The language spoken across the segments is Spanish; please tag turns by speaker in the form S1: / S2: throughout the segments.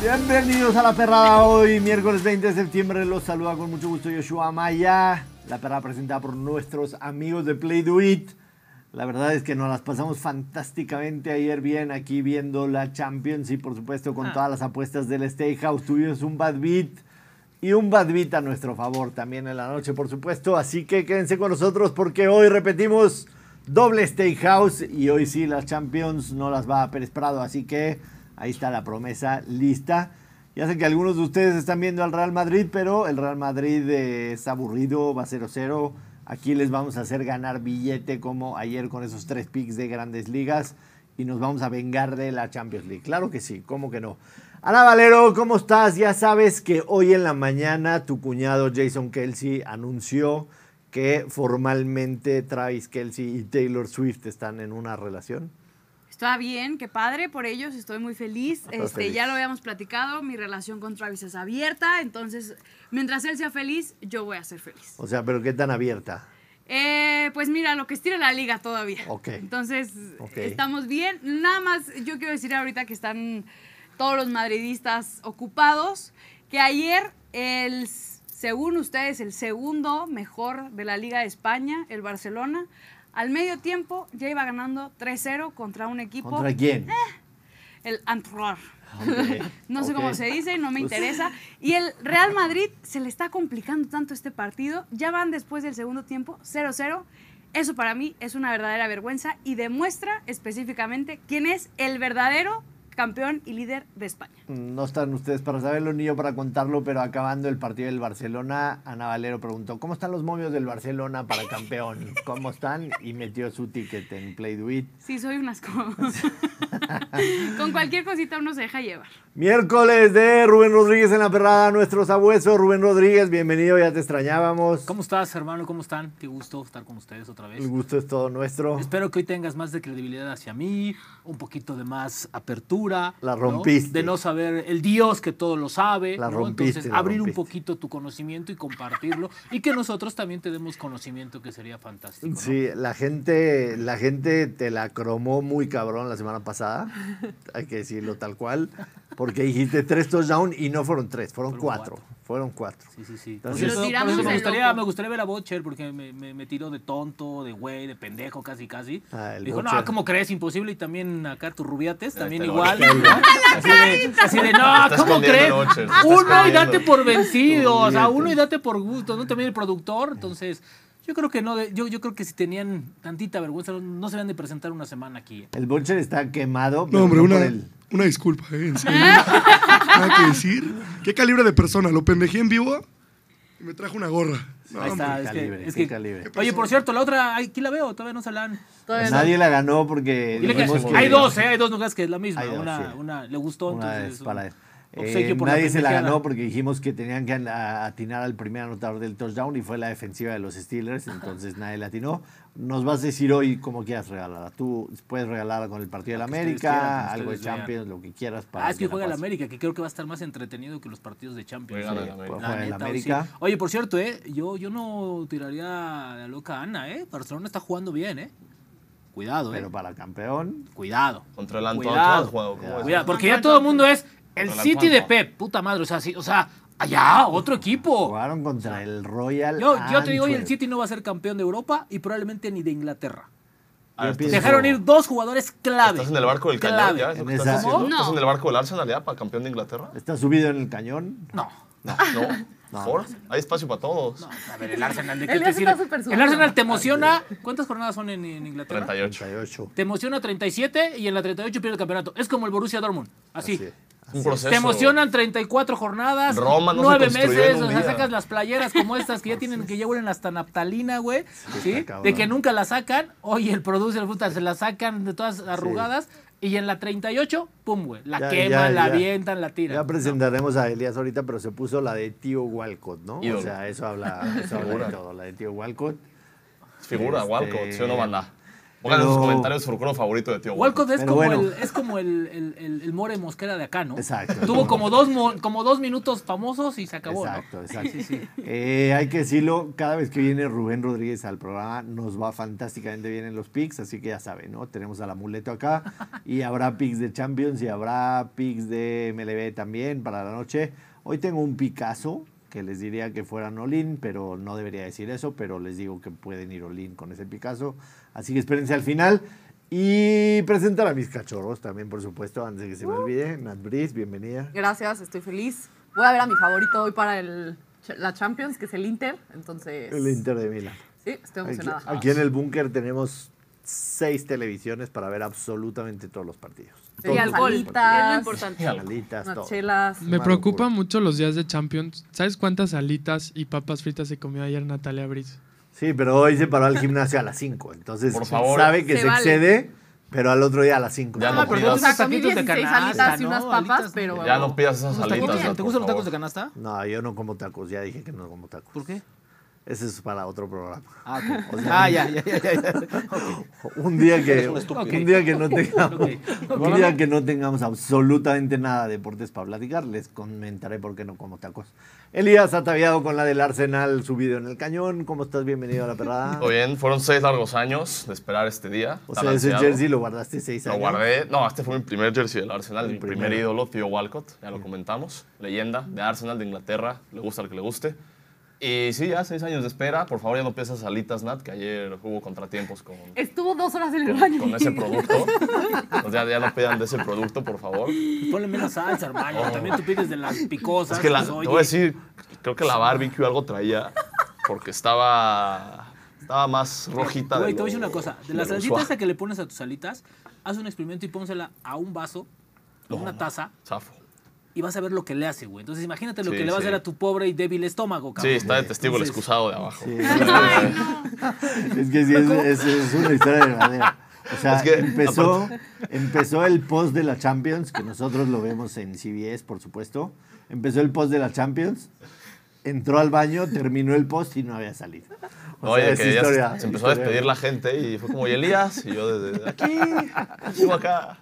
S1: Bienvenidos a la perrada hoy, miércoles 20 de septiembre. Los saluda con mucho gusto Yoshua Maya. La perrada presentada por nuestros amigos de Play Do It. La verdad es que nos las pasamos fantásticamente ayer bien aquí viendo la Champions y por supuesto con todas las apuestas del Steakhouse. Tuvimos un bad beat y un bad beat a nuestro favor también en la noche, por supuesto. Así que quédense con nosotros porque hoy repetimos doble Steakhouse y hoy sí las Champions no las va a Pérez Prado. Así que ahí está la promesa lista. Ya sé que algunos de ustedes están viendo al Real Madrid, pero el Real Madrid eh, es aburrido, va 0-0. Aquí les vamos a hacer ganar billete como ayer con esos tres picks de grandes ligas y nos vamos a vengar de la Champions League. Claro que sí, ¿cómo que no? Ana Valero, ¿cómo estás? Ya sabes que hoy en la mañana tu cuñado Jason Kelsey anunció que formalmente Travis Kelsey y Taylor Swift están en una relación.
S2: Está bien, qué padre por ellos, estoy muy feliz. Este,
S1: feliz.
S2: Ya lo habíamos platicado, mi relación con Travis es abierta, entonces mientras él sea feliz, yo voy a ser feliz.
S1: O sea, pero qué tan abierta.
S2: Eh, pues mira, lo que estira la liga todavía.
S1: Ok.
S2: Entonces,
S1: Ok.
S2: estamos bien. Nada más, yo quiero decir ahorita que están todos los madridistas ocupados, que ayer, el, s- según ustedes, el segundo mejor de la Liga de España, el Barcelona, al medio tiempo ya iba ganando 3-0 contra un equipo,
S1: ¿Contra quién?
S2: el Antwerp.
S1: Ok,
S2: Eh. No sé
S1: ok.
S2: cómo se dice, no me
S1: Pues-
S2: interesa. Y el Real Madrid se le está complicando tanto este partido. Ya van después del segundo tiempo, 0-0. Eso para mí es una verdadera vergüenza y demuestra específicamente quién es el verdadero campeón y líder de España.
S1: No están ustedes para saberlo ni yo para contarlo, pero acabando el partido del Barcelona, Ana Valero preguntó, ¿cómo están los movios del Barcelona para campeón? ¿Cómo están? Y metió su ticket en Play Do It.
S2: Sí, soy un asco. Con cualquier cosita uno se deja llevar.
S1: Miércoles de Rubén Rodríguez en la perrada, nuestro sabueso Rubén Rodríguez, bienvenido, ya te extrañábamos.
S3: ¿Cómo estás, hermano? ¿Cómo están? Qué gusto estar con ustedes otra vez.
S1: El gusto es todo nuestro.
S3: Espero que hoy tengas más de credibilidad hacia mí, un poquito de más apertura.
S1: La
S3: ¿no?
S1: rompiste.
S3: De no saber el Dios que todo lo sabe.
S1: La
S3: ¿no?
S1: rompiste,
S3: Entonces,
S1: la
S3: abrir
S1: rompiste.
S3: un poquito tu conocimiento y compartirlo. y que nosotros también te demos conocimiento, que sería fantástico. ¿no?
S1: Sí, la gente, la gente te la cromó muy cabrón la semana pasada, hay que decirlo tal cual, porque dijiste tres touchdowns y no fueron tres, fueron,
S3: Fueron
S1: cuatro,
S3: cuatro.
S1: fueron cuatro.
S3: Sí, sí, sí.
S1: Entonces-
S3: Por eso-
S2: Lo
S3: por
S2: tiramos
S3: eso
S2: de
S3: me, gustaría,
S2: loco.
S3: me gustaría ver a Butcher porque me, me- me tiró de tonto, de güey, de pendejo, casi, casi.
S1: Ah, el
S3: Dijo,
S1: Butcher. Eh,
S3: no, ¿cómo crees? Imposible. Y también acá tus rubiates, también
S4: está el
S3: igual.
S4: Butcher.
S3: ¿no? Así de, así de, no,
S4: Estás
S3: ¿cómo
S4: escondiendo,
S3: crees?
S4: Butcher, te estás
S3: Uno y
S4: escondiendo.
S3: date por vencido. O sea,
S1: Rubiates.
S3: uno y date por gusto. ¿no? También el productor. Entonces, yo creo que no. de- Yo, yo creo que si tenían tantita vergüenza, no, no se habían de presentar una semana aquí. ¿eh?
S1: El Vulture está quemado. pero
S5: No, hombre,
S1: no
S5: una,
S1: por el-
S5: una disculpa, ¿eh? en serio. Nada que decir. ¿Qué calibre de persona? Lo pendejé en vivo y me trajo una gorra. No,
S3: Ahí está.
S5: hombre.
S3: es que-
S1: calibre,
S3: es
S1: qué
S3: que-
S1: calibre.
S3: Oye, por cierto, la otra, aquí la veo. Todavía no se la han.
S1: Nadie la ganó porque
S3: Dile que
S1: dijimos que-
S3: hay dos, ¿eh? Hay dos novelas que es la misma.
S1: Hay dos,
S3: una,
S1: sí.
S3: una le gustó,
S1: Una
S3: entonces.
S1: es para
S3: un
S1: él. Eh,
S3: obsequio por Ah,
S1: nadie se la
S3: pendejada.
S1: ganó porque dijimos que tenían que a- atinar al primer anotador del touchdown y fue la defensiva de los Steelers, entonces nadie la atinó. Nos vas a decir hoy cómo quieras regalarla. Tú puedes regalarla con el partido de la
S3: Lo que ustedes
S1: América,
S3: quieran,
S1: algo
S3: como
S1: de
S3: ustedes vean.
S1: Champions, lo que quieras para
S3: Ah, es que juega el
S1: la pases.
S3: América, que creo que va a estar más entretenido que los partidos de Champions.
S4: Juegan
S3: eh.
S4: en América.
S3: La
S1: Juegan en
S3: neta,
S1: América.
S3: sí. Oye, por cierto, ¿eh? yo, yo no tiraría a la loca Ana, ¿eh? Barcelona está jugando bien, ¿eh? Cuidado, ¿eh?
S1: Pero para campeón,
S3: Cuidado.
S4: Contra el Antoine
S3: Cuidado.
S4: Antoine jugado, ¿cómo es?
S3: Cuidado, porque ya todo el mundo es el
S4: Contra el
S3: City de
S4: Antoine.
S3: Pep. Puta madre, o sea, sí, o sea, allá, otro equipo.
S1: jugaron contra el Royal.
S3: Yo, yo te digo, oye, el
S1: Antwerp.
S3: City no va a ser campeón de Europa y probablemente ni de Inglaterra.
S4: Ah,
S1: Yo
S4: estás-
S1: pienso-
S3: Dejaron ir dos jugadores clave.
S4: ¿Estás en el barco del cañón
S3: Clave.
S4: ya? ¿Es lo
S1: En
S4: que estás
S1: esa-
S4: diciendo?
S2: No.
S4: ¿Estás en el barco del Arsenal ya para campeón de Inglaterra?
S1: ¿Está subido en el cañón?
S3: No.
S4: No. Ford, hay espacio para todos.
S3: A ver, el Arsenal, ¿de qué
S2: El
S3: te
S2: Arsenal
S3: sirve?
S2: está súper
S3: El Arsenal te emociona. ¿Cuántas jornadas son en, en Inglaterra?
S4: 38.
S1: 38.
S3: Te emociona 37 y en la 38 pierde el campeonato. Es como el Borussia Dortmund. Así.
S1: Así es.
S4: Un proceso.
S3: Te emocionan 34 jornadas,
S4: Roma no se
S3: 9
S4: construyó
S3: meses,
S4: en un
S3: o sea,
S4: día.
S3: sacas las playeras como estas que ya tienen que ya huelen hasta naftalina, güey, ¿sí?
S1: está cabrón.
S3: De que nunca las sacan. Oye, el producer puta se las sacan de todas arrugadas y en la 38, pum, güey, la
S1: Ya,
S3: queman,
S1: ya,
S3: la
S1: ya.
S3: avientan, la tiran.
S1: Ya presentaremos a Elías ahorita, pero se puso la de tío Walcott, ¿no? O
S4: Ídolo.
S1: sea, eso habla, eso habla de
S4: Figura.
S1: todo, la de tío Walcott.
S4: Figura,
S1: Este-
S4: Walcott, si o no banda. Pongan en sus
S1: Pero-
S4: comentarios su arquero favorito de tío.
S3: Walcott es
S1: Pero
S3: como,
S1: bueno.
S3: el, es como el, el- el- el More Mosquera de acá, ¿no?
S1: Exacto.
S3: Tuvo como dos, mo- como dos minutos famosos y se acabó, ¿no?
S1: Exacto, exacto. Eh, hay que decirlo, cada vez que viene Rubén Rodríguez al programa nos va fantásticamente bien en los picks, así que ya saben, ¿no? Tenemos al amuleto acá y habrá picks de Champions y habrá picks de MLB también para la noche. Hoy tengo un Picasso que les diría que fuera Olin, pero no debería decir eso, pero les digo que pueden ir Olin con ese Picasso, así que espérense al final. Y presentar a mis cachorros también, por supuesto, antes de que se me
S3: Uh.
S1: olvide. Nat Brice, bienvenida.
S6: Gracias, estoy feliz. Voy a ver a mi favorito hoy para el, la Champions, que es el Inter. Entonces,
S1: El Inter de Milán.
S6: sí, estoy
S1: Aquí,
S6: emocionada.
S1: aquí en el búnker tenemos seis televisiones para ver absolutamente todos los partidos.
S6: Sí,
S1: Todos los
S2: alcohol,
S1: partidos.
S6: palitas,
S2: es lo importante.
S1: Alitas,
S6: unas
S1: todo.
S6: chelas.
S1: Una
S7: Me preocupan
S1: locura.
S7: mucho los días de Champions. ¿Sabes cuántas alitas y papas fritas se comió ayer Natalia Briz?
S1: Sí, pero hoy se paró al gimnasio a las 5. Entonces
S4: Por favor.
S1: sabe que
S2: Se
S1: se,
S2: vale.
S1: excede, pero al otro día a las 5.
S4: Ya
S6: Ah,
S4: no
S6: pero
S4: pidas.
S6: o sea, comí
S3: Taquitos de
S6: 16
S3: canasta,
S6: alitas y
S3: ¿no?
S6: unas papas,
S3: Alitas,
S6: pero...
S4: Ya no pidas esas
S3: ¿Unos
S4: alitas.
S3: taquitos? ¿Te
S4: Nat, por
S3: gustan los
S4: favor.
S3: tacos de canasta?
S1: No, yo no como tacos. Ya dije que no como tacos.
S3: ¿Por qué?
S1: Ese es para otro programa.
S3: Ah,
S1: O sea,
S3: ah ya, ya, ya, ya, ya. Ok.
S1: Un día que,
S3: un estúpido.
S1: un día que no tengamos,
S3: Ok.
S1: un día que no tengamos absolutamente nada de deportes para platicar, les comentaré por qué no como tacos. Elías ataviado con la del Arsenal subido en el cañón. ¿Cómo estás? Bienvenido a la perrada.
S4: Todo bien, fueron seis largos años de esperar este día.
S1: O
S4: tan
S1: sea, ese
S4: ansiado.
S1: jersey lo guardaste seis
S4: Lo
S1: años.
S4: guardé. No, este fue mi primer jersey del Arsenal,
S1: El
S4: mi primer
S1: primero.
S4: ídolo, tío Walcott,
S3: Mm.
S4: ya lo comentamos. Leyenda de Arsenal, de Inglaterra, le gusta al que le guste. Y sí, ya seis años de espera. Por favor, ya no piensas alitas, Nat, que ayer hubo contratiempos con,
S6: Estuvo dos horas en el
S4: con,
S6: baño.
S4: con ese producto. Entonces, ya, ya no pidan de ese producto, por favor. Es
S3: Ponle menos salsa, hermano. También tú pides de las picosas.
S4: Oh. que la,
S3: pues,
S4: te
S3: oye.
S4: voy a decir, creo que la barbecue algo traía, porque estaba, estaba más rojita. de
S3: Güey, te voy a decir
S4: lo-
S3: una cosa. De
S4: lo
S3: la salsita
S4: usual.
S3: esa que le pones a tus alitas, haz un experimento y pónsela a un vaso, a
S4: Oh.
S3: una taza,
S4: Zafo.
S3: y vas a ver lo que le hace, güey. Entonces imagínate lo
S4: Sí,
S3: que le va a
S4: sí.
S3: hacer a tu pobre y débil estómago,
S4: Sí,
S3: cabrón.
S4: está de testigo el
S3: Entonces-
S4: excusado de abajo.
S1: Sí. Es que sí, es, es- es una historia verdadera. O sea,
S4: Es que,
S1: empezó, empezó el post de la Champions, que nosotros lo vemos en CBS, por supuesto. Empezó el post de la Champions, entró al baño, terminó el post y no había salido. O
S4: Oye,
S1: sea, es
S4: que ya
S1: historia-
S4: se, se empezó a
S1: historia
S4: despedir la gente y fue como, y Elías, y yo desde aquí, sigo acá.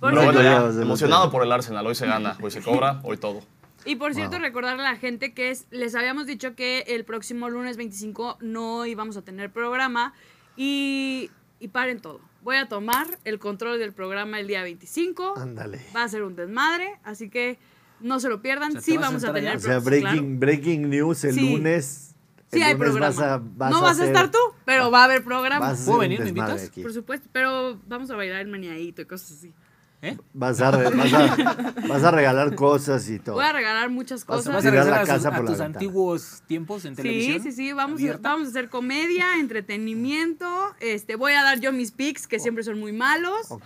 S1: Por
S4: Pero bueno,
S1: cierto-
S4: ya,
S1: Dios, Dios,
S4: emocionado
S1: Dios.
S4: por el Arsenal, hoy se gana, hoy se cobra, hoy todo.
S2: Y por cierto, recordarle a la gente que es, les habíamos dicho que el próximo lunes 25 no íbamos a tener programa y, y paren todo. Voy a tomar el control del programa el día 25.
S1: Ándale.
S2: Va a ser un desmadre, así que no se lo pierdan.
S3: O sea, ¿te
S2: sí,
S3: vas a
S2: vamos a,
S3: sentar
S2: tener
S3: allá?
S1: O sea,
S2: pro- sí,
S1: breaking,
S2: claro.
S1: breaking news el
S2: Sí.
S1: lunes.
S2: Sí,
S1: el
S2: hay
S1: lunes
S2: programa.
S1: vas a- vas
S2: no
S1: a
S2: vas a
S1: hacer-
S2: estar tú, pero va a haber programa.
S1: Vas a
S3: ¿Puedo
S1: hacer un
S3: venir? ¿Me
S1: desmadre
S3: invitas?
S1: aquí.
S2: Por supuesto, pero vamos a bailar el maniadito y cosas así.
S3: ¿Eh?
S1: Vas a, re- vas a- vas a regalar cosas y todo.
S2: Voy a regalar muchas
S1: Vas a-
S2: cosas.
S3: ¿Vas a
S1: Tirar
S3: regresar
S1: la
S3: a, sus-
S1: casa
S3: a
S1: por la
S3: tus
S1: ventana.
S3: antiguos tiempos en
S2: Sí,
S3: televisión?
S2: sí, sí, vamos a,
S3: abierta?
S2: vamos a hacer comedia, entretenimiento, este, voy a dar yo mis picks
S3: Oh.
S2: que siempre son muy malos,
S1: Ok.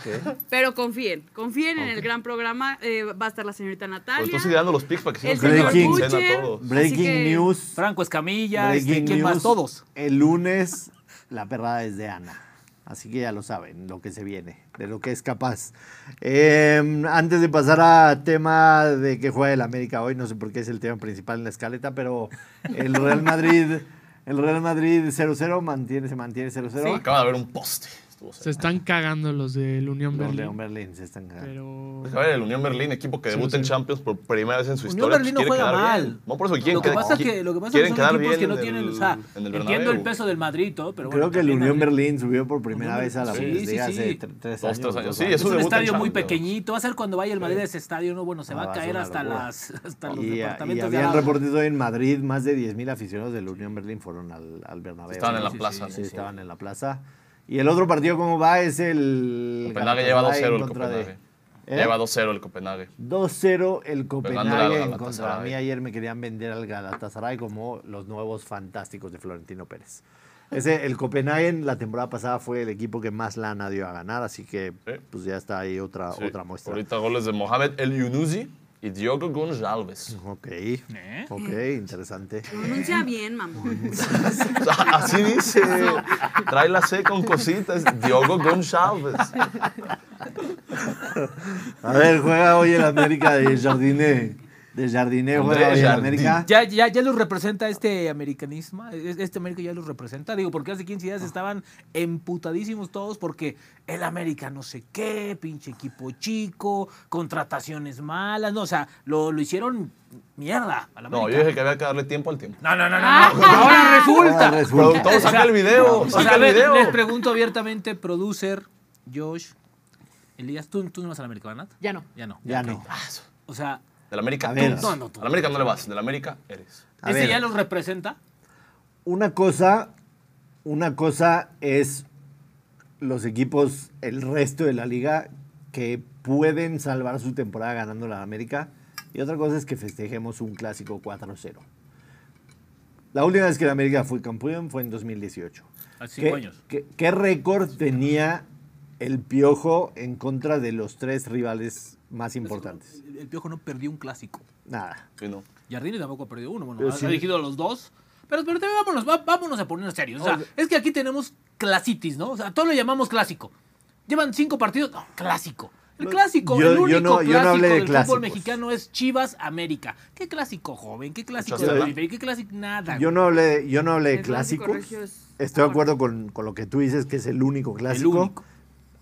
S2: pero confíen, confíen en el gran programa, eh, va a estar la señorita
S3: Ah,
S4: Pues
S2: Natalia,
S4: tú sigues dando los picks para que se
S2: el
S4: nos
S1: Breaking-
S2: señor
S4: den la
S2: Butcher,
S4: a todos.
S1: Breaking
S2: que-
S1: news.
S3: Franco Escamilla, este,
S1: Breaking
S3: ¿quién más?
S1: news,
S3: Todos.
S1: El lunes la perrada es de Ana. Así que ya lo saben, lo que se viene, de lo que es capaz. Eh, antes de pasar a tema de que juega el América hoy, no sé por qué es el tema principal en la escaleta, pero el Real Madrid, el Real Madrid 0-0 mantiene, se mantiene 0-0.
S4: Acaba de haber un poste. Estuvo
S7: Se
S4: cerca.
S7: están cagando los del Unión
S1: Los
S7: Berlín.
S1: León Berlín se están cagando.
S7: Pero
S4: Acaba de ver el Unión Berlín, equipo que debuta en Champions por primera vez en su
S3: Unión
S4: historia.
S3: Berlín
S4: pues
S3: no
S4: quiere
S3: juega
S4: quedar
S3: mal.
S4: bien. No, por eso quieren
S3: Lo que
S4: queda-
S3: pasa que, lo que pasa es
S4: quieren
S3: que son
S4: quedar
S3: equipos que
S4: bien
S3: no
S4: en
S3: tienen,
S4: el-
S3: o sea,
S4: en el
S3: entiendo el
S4: Bernabéu.
S3: peso del Madrid, todo, pero
S1: Creo
S3: bueno,
S1: que el
S3: también
S1: Unión
S3: Madrid-
S1: Berlín subió por primera vez a la
S3: Sí, sí,
S1: Bundesliga
S3: sí.
S1: hace tre- tres
S4: Dos,
S1: años.
S4: tres años.
S1: dos
S4: Sí,
S1: años.
S4: es
S3: Es un
S4: debut en
S3: estadio muy
S4: Champions.
S3: pequeñito. Va a ser cuando vaya el Madrid a ese estadio, no, bueno, se va
S1: No,
S3: a
S1: es
S3: caer
S1: una
S3: hasta,
S1: locura.
S3: las, hasta los
S1: Y, y
S3: departamentos de
S1: habían
S3: al lado.
S1: reportes hoy en Madrid, más de 10.000 aficionados del Unión Berlín fueron al, al Bernabéu.
S4: Estaban en la
S1: Sí,
S4: plaza,
S1: Sí,
S4: ¿no?
S1: estaban en la plaza. Y el otro partido, ¿cómo va? Es el...
S4: Copenhague lleva
S1: Galatasaray en
S4: 2-0 el
S1: contra de-
S4: Copenhague.
S1: ¿Eh?
S4: Lleva 2-0 el Copenhague.
S1: 2-0 el
S4: Ganándole
S1: Copenhague
S4: al
S1: en contra. A
S4: Galatasaray.
S1: mí ayer me querían vender al Galatasaray como los nuevos fantásticos de Florentino Pérez. Ese, el Copenhague la temporada pasada fue el equipo que más lana dio a ganar, así que
S4: Sí.
S1: pues ya está ahí otra,
S4: Sí.
S1: otra muestra.
S4: Ahorita goles de Mohamed El Yunusi y Diogo González.
S1: Ok,
S3: ¿Eh?
S1: ok, interesante.
S2: pronuncia bien, mamón.
S4: O sea, Así dice. Trae la C con cositas. Diogo González.
S1: A ver, juega hoy el América de Jardine de jardineo
S4: Andrés
S1: juega hoy en
S4: Jardín.
S1: América.
S3: Ya, ya, ya los representa este americanismo, es- este América ya los representa. Digo, porque hace 15
S4: Ah.
S3: días estaban emputadísimos todos porque el América no sé qué, pinche equipo chico, contrataciones malas, no, o sea, lo, lo hicieron mierda al
S4: No, yo
S3: América.
S4: dije que había que darle tiempo al tiempo.
S3: No, no, no, no, no, ahora resulta.
S1: Ah. Ahora resulta.
S4: Productor, saca el video,
S3: O sea,
S4: saca
S3: a
S4: el
S3: ver,
S4: video.
S3: les pregunto abiertamente, producer, Josh, Elías, tú, tú no vas al América, ¿verdad?
S6: Ya no.
S3: Ya no.
S1: Ya
S3: Ok.
S1: no.
S3: O sea,
S4: Del América,
S1: A
S4: tú.
S1: ver.
S3: No, no, tú.
S4: Del América no le vas, del América eres.
S1: A
S3: ¿este
S1: ver.
S3: ya los representa?
S1: Una cosa, una cosa es los equipos, el resto de la liga, que pueden salvar su temporada ganando la América. Y otra cosa es que festejemos un clásico 4-0. La última vez que la América fue campeón fue en 2018.
S3: Hace
S1: ¿Qué,
S3: cinco años.
S1: qué- qué récord tenía el Piojo en contra de los tres rivales más importantes?
S3: El, el Piojo no perdió un clásico.
S1: Nada.
S4: Sí, no.
S3: Jardines tampoco ha perdido uno, bueno,
S1: Pero
S3: ha,
S1: sí.
S3: ha dirigido a los dos. Pero, pero también vámonos, va- vámonos a ponernos serios. O sea, es que aquí tenemos clasitis, ¿no? O sea, todo lo llamamos clásico. Llevan cinco partidos, no, clásico. El
S1: No,
S3: clásico,
S1: yo-
S3: el
S1: yo
S3: único
S1: no- yo no
S3: clásico
S1: hablé de
S3: del
S1: clásicos.
S3: fútbol mexicano es Chivas América. ¿Qué clásico joven? ¿Qué clásico de
S4: Muchas
S3: la
S4: gracias.
S3: periferia? ¿Qué clásico? Nada.
S1: Yo no hablé, yo no hablé de
S2: El clásico
S1: clásicos.
S2: regio es-
S1: Estoy de acuerdo con, con lo que tú dices, que es el único
S3: el
S1: clásico. pues,
S3: único.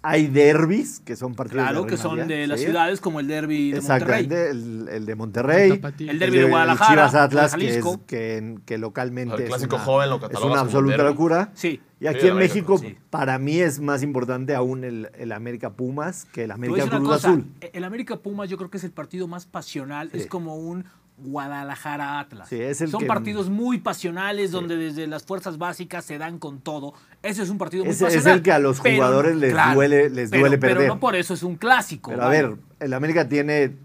S1: Hay derbis, que son partidos
S3: Claro
S1: de
S3: que son
S1: rivalidad,
S3: de las
S1: sí.
S3: ciudades como el derby de Monterrey.
S1: Exactamente, el, el de Monterrey.
S7: El Tapatío.
S3: El
S1: el
S3: derby de
S1: el
S3: Guadalajara.
S1: Chivas Atlas,
S3: el
S1: que, es-
S3: Jalisco.
S1: que, en- que localmente
S4: El
S1: es
S4: clásico
S1: una-
S4: joven lo
S1: es
S4: catalogas
S1: una
S4: como
S1: absoluta
S4: derbi.
S1: locura.
S3: Sí.
S1: Y
S4: Sí,
S1: aquí
S4: la
S1: en
S4: América,
S1: México,
S4: sí.
S1: para mí es más importante aún el, el América Pumas que el
S3: Te voy a
S1: América
S3: decir una
S1: Cruz
S3: cosa,
S1: Azul.
S3: e- El América Pumas yo creo que es el partido más pasional.
S1: Sí.
S3: Es como un Guadalajara Atlas.
S1: Sí, es el
S3: Son
S1: que-
S3: partidos muy pasionales donde desde las fuerzas básicas se dan con todo. Ese es un partido muy
S1: Ese es
S3: pasional.
S1: el que a los
S3: pero-
S1: jugadores les duele- les
S3: pero-
S1: duele
S3: Pero
S1: perder.
S3: no por eso es un clásico.
S1: Pero a
S3: vaya.
S1: ver, el América tiene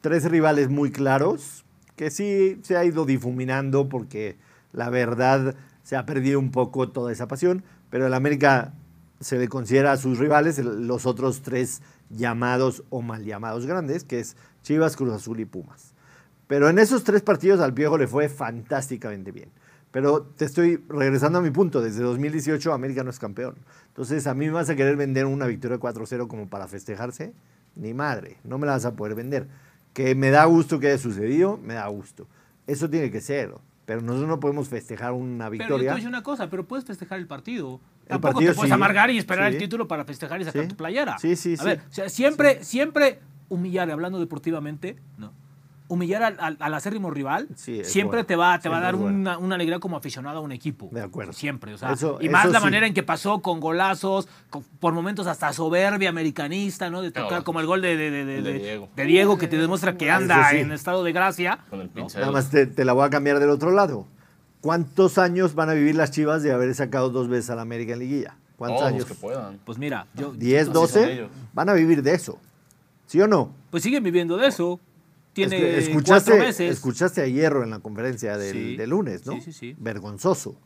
S1: tres rivales muy claros que sí se ha ido difuminando porque la verdad se ha perdido un poco toda esa pasión, pero el América se le considera a sus rivales el- los otros tres llamados o mal llamados grandes, que es Chivas, Cruz Azul y Pumas. Pero en esos tres partidos al Piojo le fue fantásticamente bien. Pero te estoy regresando a mi punto. Desde 2018 América no es campeón. Entonces a mí me vas a querer vender una victoria 4-0 como para festejarse. Ni madre, no me la vas a poder vender. Que me da gusto que haya sucedido, me da gusto. Eso tiene que ser. Pero nosotros no podemos festejar una
S3: Pero yo te voy a
S1: victoria.
S3: decir una cosa, pero puedes festejar el partido.
S1: El
S3: Tampoco
S1: partido
S3: te puedes
S1: sí,
S3: amargar y esperar
S1: sí.
S3: el título para festejar y sacar
S1: Sí.
S3: tu playera.
S1: Sí, sí,
S3: a
S1: sí.
S3: ver, o sea, siempre, siempre humillar, hablando deportivamente, ¿no? Humillar al, al- al acérrimo rival
S1: Sí, es
S3: siempre
S1: bueno.
S3: te va, te va
S1: Siempre
S3: a dar
S1: es bueno.
S3: una, una alegría como aficionado a un equipo.
S1: De acuerdo.
S3: Siempre, o sea,
S1: Eso-
S3: y más
S1: eso
S3: la
S1: sí.
S3: manera en que pasó con golazos, con- por momentos hasta soberbia americanista, ¿no? De tocar
S4: golazos.
S3: como el gol de, de- de- de-
S4: El de
S3: de-
S4: Diego.
S3: de Diego, que te demuestra que anda
S1: sí.
S3: en estado de gracia.
S4: Con el
S3: ¿no?
S4: pincel.
S1: Nada más te, te la voy a cambiar del otro lado. ¿Cuántos años van a vivir las Chivas de haber sacado dos veces a la América en liguilla? ¿Cuántos
S4: Todos
S1: años?
S4: los que puedan.
S3: Pues mira, yo,
S1: 10,
S4: Así son
S1: 12,
S4: ellos.
S1: van a vivir de eso. ¿Sí o no?
S3: Pues siguen viviendo de eso. Tiene
S1: Escu- escuchaste,
S3: cuatro meses.
S1: escuchaste a Hierro en la conferencia del,
S3: Sí.
S1: de lunes, ¿no?
S3: Sí, sí, sí.
S1: Vergonzoso.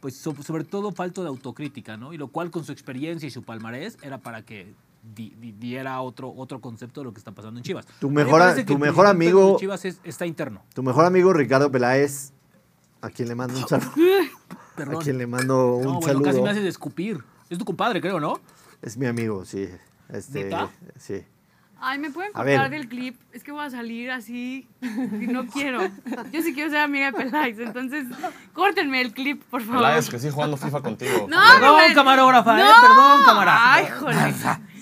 S3: Pues so- sobre todo falto de autocrítica, ¿no? Y lo cual con su experiencia y su palmarés era para que di- di- diera otro, otro concepto de lo que está pasando en Chivas.
S1: Tu
S3: A mí me
S1: mejor a-
S3: parece que
S1: tu
S3: el
S1: mejor
S3: principal
S1: amigo-
S3: pedo de Chivas es- está interno.
S1: Tu mejor amigo Ricardo Peláez, a quien le mando un saludo.
S3: Perdón.
S1: A quien le mando un
S3: no, bueno,
S1: saludo.
S3: casi me haces escupir. Es tu compadre, creo, ¿no?
S1: Es mi amigo, sí. Este,
S3: ¿Neta?
S1: sí.
S2: Ay, ¿me pueden
S1: A ver.
S2: cortar del clip? Es que voy a salir así y no quiero. Yo sí quiero ser amiga de Peláez, entonces córtenme el clip, por favor.
S4: Peláez, que sí jugando FIFA contigo.
S2: No,
S3: Perdón,
S2: Rubén.
S3: camarógrafa, ¿eh?
S2: No.
S3: Perdón, cámara.
S2: Ay, jole.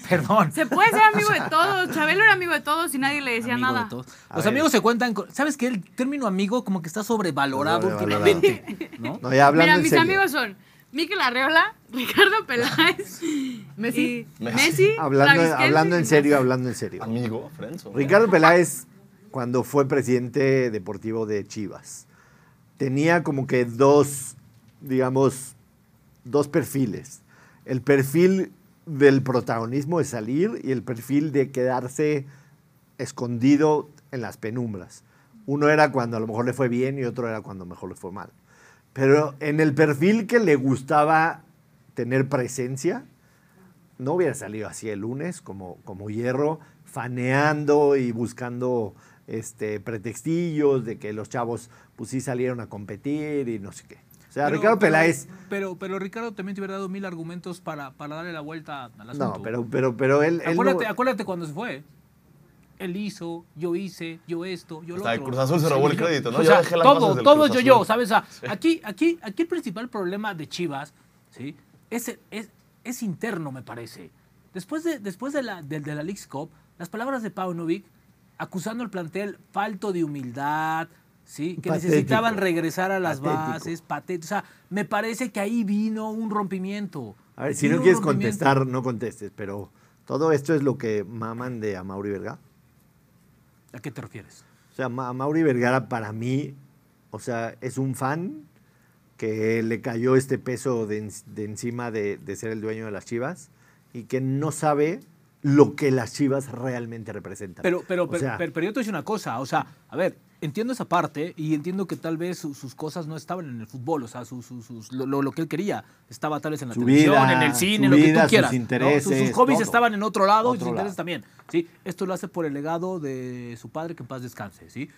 S3: Perdón.
S2: Se puede ser amigo de todos. Chabelo era amigo de todos y nadie le decía
S3: Amigo de
S2: nada.
S3: todos.
S1: A
S3: Los
S1: ver.
S3: amigos se cuentan con. ¿Sabes qué? El término amigo como que está sobrevalorado,
S1: Sobrevalorado.
S3: últimamente. ¿no?
S1: No, ya hablando
S2: Mira,
S1: en
S2: mis
S1: serio.
S2: amigos son Miquel Arreola, Ricardo Peláez,
S6: Messi.
S2: y
S4: Messi.
S2: Messi.
S1: Hablando,
S2: Travis Kelce
S1: hablando
S2: y
S1: en
S2: más.
S1: serio, hablando en serio.
S4: Amigo, Frenzo.
S1: Ricardo Peláez, cuando fue presidente deportivo de Chivas, tenía como que dos, digamos, dos perfiles. El perfil del protagonismo de salir y el perfil de quedarse escondido en las penumbras. Uno era cuando a lo mejor le fue bien y otro era cuando mejor le fue mal. Pero en el perfil que le gustaba tener presencia, no hubiera salido así el lunes como, como hierro, faneando y buscando este, pretextillos de que los chavos pues sí salieron a competir y no sé qué. O sea,
S3: Pero-
S1: Ricardo
S3: pero-
S1: Peláez,
S3: Pero, pero Ricardo también te hubiera dado mil argumentos para, para darle la vuelta al asunto.
S1: no, pero, pero, pero él, él no-
S3: Acuérdate, acuérdate cuando se fue. él hizo, yo hice, yo esto, yo lo
S4: Hasta el
S3: otro.
S4: Cruz Azul se robó el crédito, ¿no?
S3: O
S4: Yo
S3: sea,
S4: dejé las bases
S3: todo,
S4: del
S3: todo
S4: Cruz
S3: es yo,
S4: Azul.
S3: yo, ¿sabes? O sea, aquí, aquí, aquí el principal problema de Chivas, ¿sí? Es, es, es interno, me parece. Después de, después de la, de, de la League's Cup, las palabras de Paunovic acusando al plantel falto de humildad, ¿sí? Que
S1: Patético.
S3: necesitaban regresar a las
S1: Patético.
S3: bases, patético. O sea, me parece que ahí vino un rompimiento.
S1: A ver, si
S3: Vino
S1: no
S3: un
S1: quieres
S3: rompimiento.
S1: contestar, no contestes, pero todo esto es lo que maman de Amaury Vergara.
S3: ¿A qué te refieres?
S1: O sea, Ma- Mauri Vergara para mí, o sea, es un fan que le cayó este peso de, en- de encima de, de ser el dueño de las Chivas y que no sabe lo que las Chivas realmente representan.
S3: Pero, pero,
S1: O
S3: pero,
S1: sea,
S3: pero- pero yo te voy a decir una cosa, o sea, a ver, entiendo esa parte y entiendo que tal vez su- sus cosas no estaban en el fútbol, o sea, su- su- sus- lo, lo- lo que él quería estaba tal vez en la
S1: Su
S3: televisión,
S1: vida,
S3: en el cine,
S1: su
S3: lo que
S1: vida,
S3: tú
S1: sus
S3: quieras. ¿no? Sus,
S1: intereses,
S3: hobbies
S1: todo.
S3: estaban en otro lado y
S1: Otro
S3: sus intereses
S1: lado.
S3: también. ¿sí? Esto lo hace por el legado de su padre, que en paz descanse. ¿sí?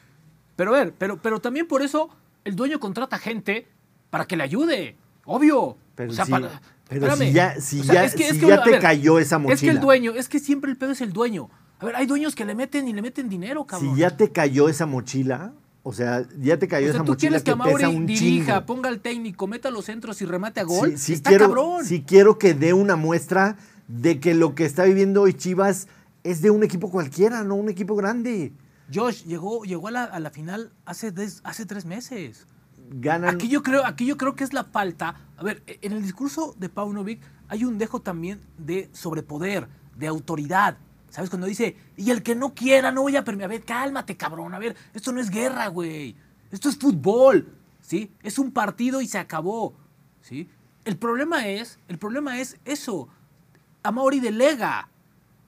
S3: Pero a ver, pero, pero también por eso el dueño contrata gente para que le ayude, obvio.
S1: Pero
S3: o sea,
S1: si-
S3: para-
S1: pero
S3: espérame.
S1: si ya- si
S3: O sea,
S1: ya- si ya
S3: uno- a
S1: te cayó esa
S3: Es que el
S1: mochila.
S3: dueño, es que siempre el pedo es el dueño. A ver, hay dueños que le meten y le meten dinero, cabrón.
S1: si ya te cayó esa mochila, o sea, ya te
S3: O
S1: cayó
S3: sea,
S1: esa
S3: tú
S1: mochila
S3: quieres que
S1: que,
S3: Amauri
S1: pesa un
S3: dirija,
S1: chingo.
S3: ponga al técnico, meta los centros y remate a gol.
S1: Sí, sí
S3: Está
S1: quiero,
S3: cabrón.
S1: sí quiero que dé una muestra de que lo que está viviendo hoy Chivas es de un equipo cualquiera, no un equipo grande.
S3: Josh llegó, llegó a, la, a la final hace, des- hace tres meses.
S1: Ganan.
S3: Aquí yo, creo, aquí yo creo que es la falta. A ver, e- en el discurso de Paunovic hay un dejo también de sobrepoder, de autoridad. ¿Sabes? Cuando dice, y el que no quiera, no voy a permitir. A ver, cálmate, cabrón. A ver, esto no es guerra, güey. Esto es fútbol. ¿Sí? Es un partido y se acabó. ¿Sí? El problema es, el problema es eso. Amauri delega.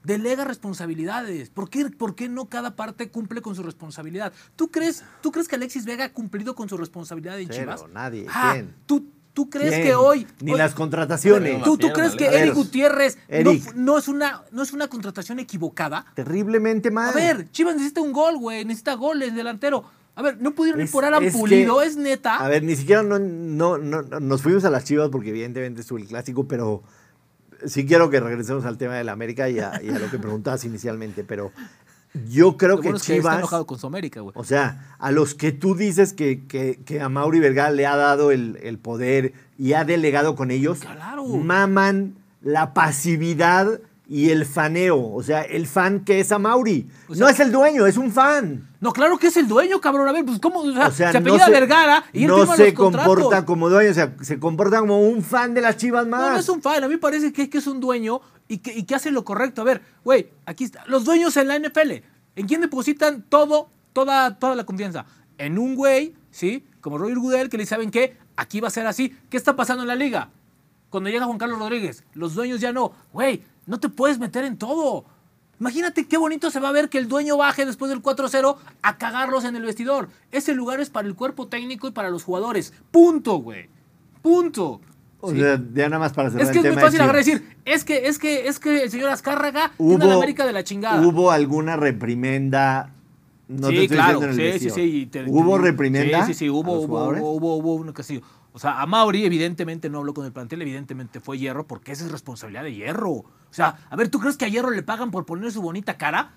S3: Delega responsabilidades. ¿Por qué, por qué no cada parte cumple con su responsabilidad? ¿Tú crees, ¿Tú crees que Alexis Vega ha cumplido con su responsabilidad en
S1: Cero,
S3: Chivas?
S1: nadie,
S3: Ah,
S1: ¿quién?
S3: ¿tú, ¿Tú crees
S1: ¿Quién?
S3: que hoy...
S1: Ni
S3: hoy-
S1: las contrataciones.
S3: ¿Tú, tú crees que
S1: A ver,
S3: Eric Gutiérrez no
S1: Eric.
S3: fu- No, es una, no es una contratación equivocada?
S1: Terriblemente mal.
S3: A ver, Chivas necesita un gol, güey. Necesita goles, delantero. A ver, no pudieron ir
S1: Es-
S3: por Alan
S1: es que-
S3: Pulido, es neta.
S1: A ver, ni siquiera no, no- no- no- nos fuimos a las Chivas porque evidentemente es el clásico, pero sí quiero que regresemos al tema del América y a, y a lo que preguntabas inicialmente, pero yo creo
S3: Lo
S1: que
S3: bueno es que está
S1: Chivas...
S3: enojado con su América, güey.
S1: O sea, a los que tú dices que, que, que a Mauri Vergara le ha dado el, el poder y ha delegado con ellos,
S3: Claro.
S1: maman la pasividad y el faneo. O sea, el fan que es a Mauri.
S3: O sea-
S1: no es el dueño, es un fan.
S3: No, claro que es el dueño, cabrón. A ver, pues cómo, o sea,
S1: O sea,
S3: se
S1: no
S3: apellida Vergara y él
S1: no
S3: firma
S1: se
S3: los contratos.
S1: comporta como dueño, o sea, se comporta como un fan de las chivas más.
S3: No, no es un fan. A mí me parece que es, que es un dueño y que, y que hace lo correcto. A ver, güey, aquí está. Los dueños en la NFL, ¿en quién depositan todo, toda, toda la confianza? En un güey, ¿sí? Como Roger Goodell, que le saben que aquí va a ser así. ¿Qué está pasando en la liga? Cuando llega Juan Carlos Rodríguez, los dueños ya no. Güey, no te puedes meter en todo. Imagínate qué bonito se va a ver que el dueño baje después del 4-0 a cagarlos en el vestidor. Ese lugar es para el cuerpo técnico y para los jugadores. Punto, güey. Punto.
S1: O
S3: Sí.
S1: sea, ya nada más para cerrar
S3: Es que
S1: el
S3: es muy
S1: tema de
S3: fácil agarrar y
S1: Chivas.
S3: decir, es que, es que, es que el señor Azcárraga tiene a la América de la chingada.
S1: ¿Hubo alguna reprimenda? No
S3: sí,
S1: te estoy
S3: claro,
S1: diciendo en
S3: sí,
S1: el
S3: sí,
S1: vestidor.
S3: sí. y te-
S1: ¿Hubo
S3: te-
S1: reprimenda?
S3: Sí, sí, sí,
S1: a
S3: hubo,
S1: los
S3: hubo,
S1: jugadores?
S3: hubo, hubo, hubo uno que sí. O sea, a Mauri evidentemente no habló con el plantel, evidentemente fue Hierro, porque esa es responsabilidad de Hierro. O sea, a ver, ¿tú crees que a Hierro le pagan por poner su bonita cara?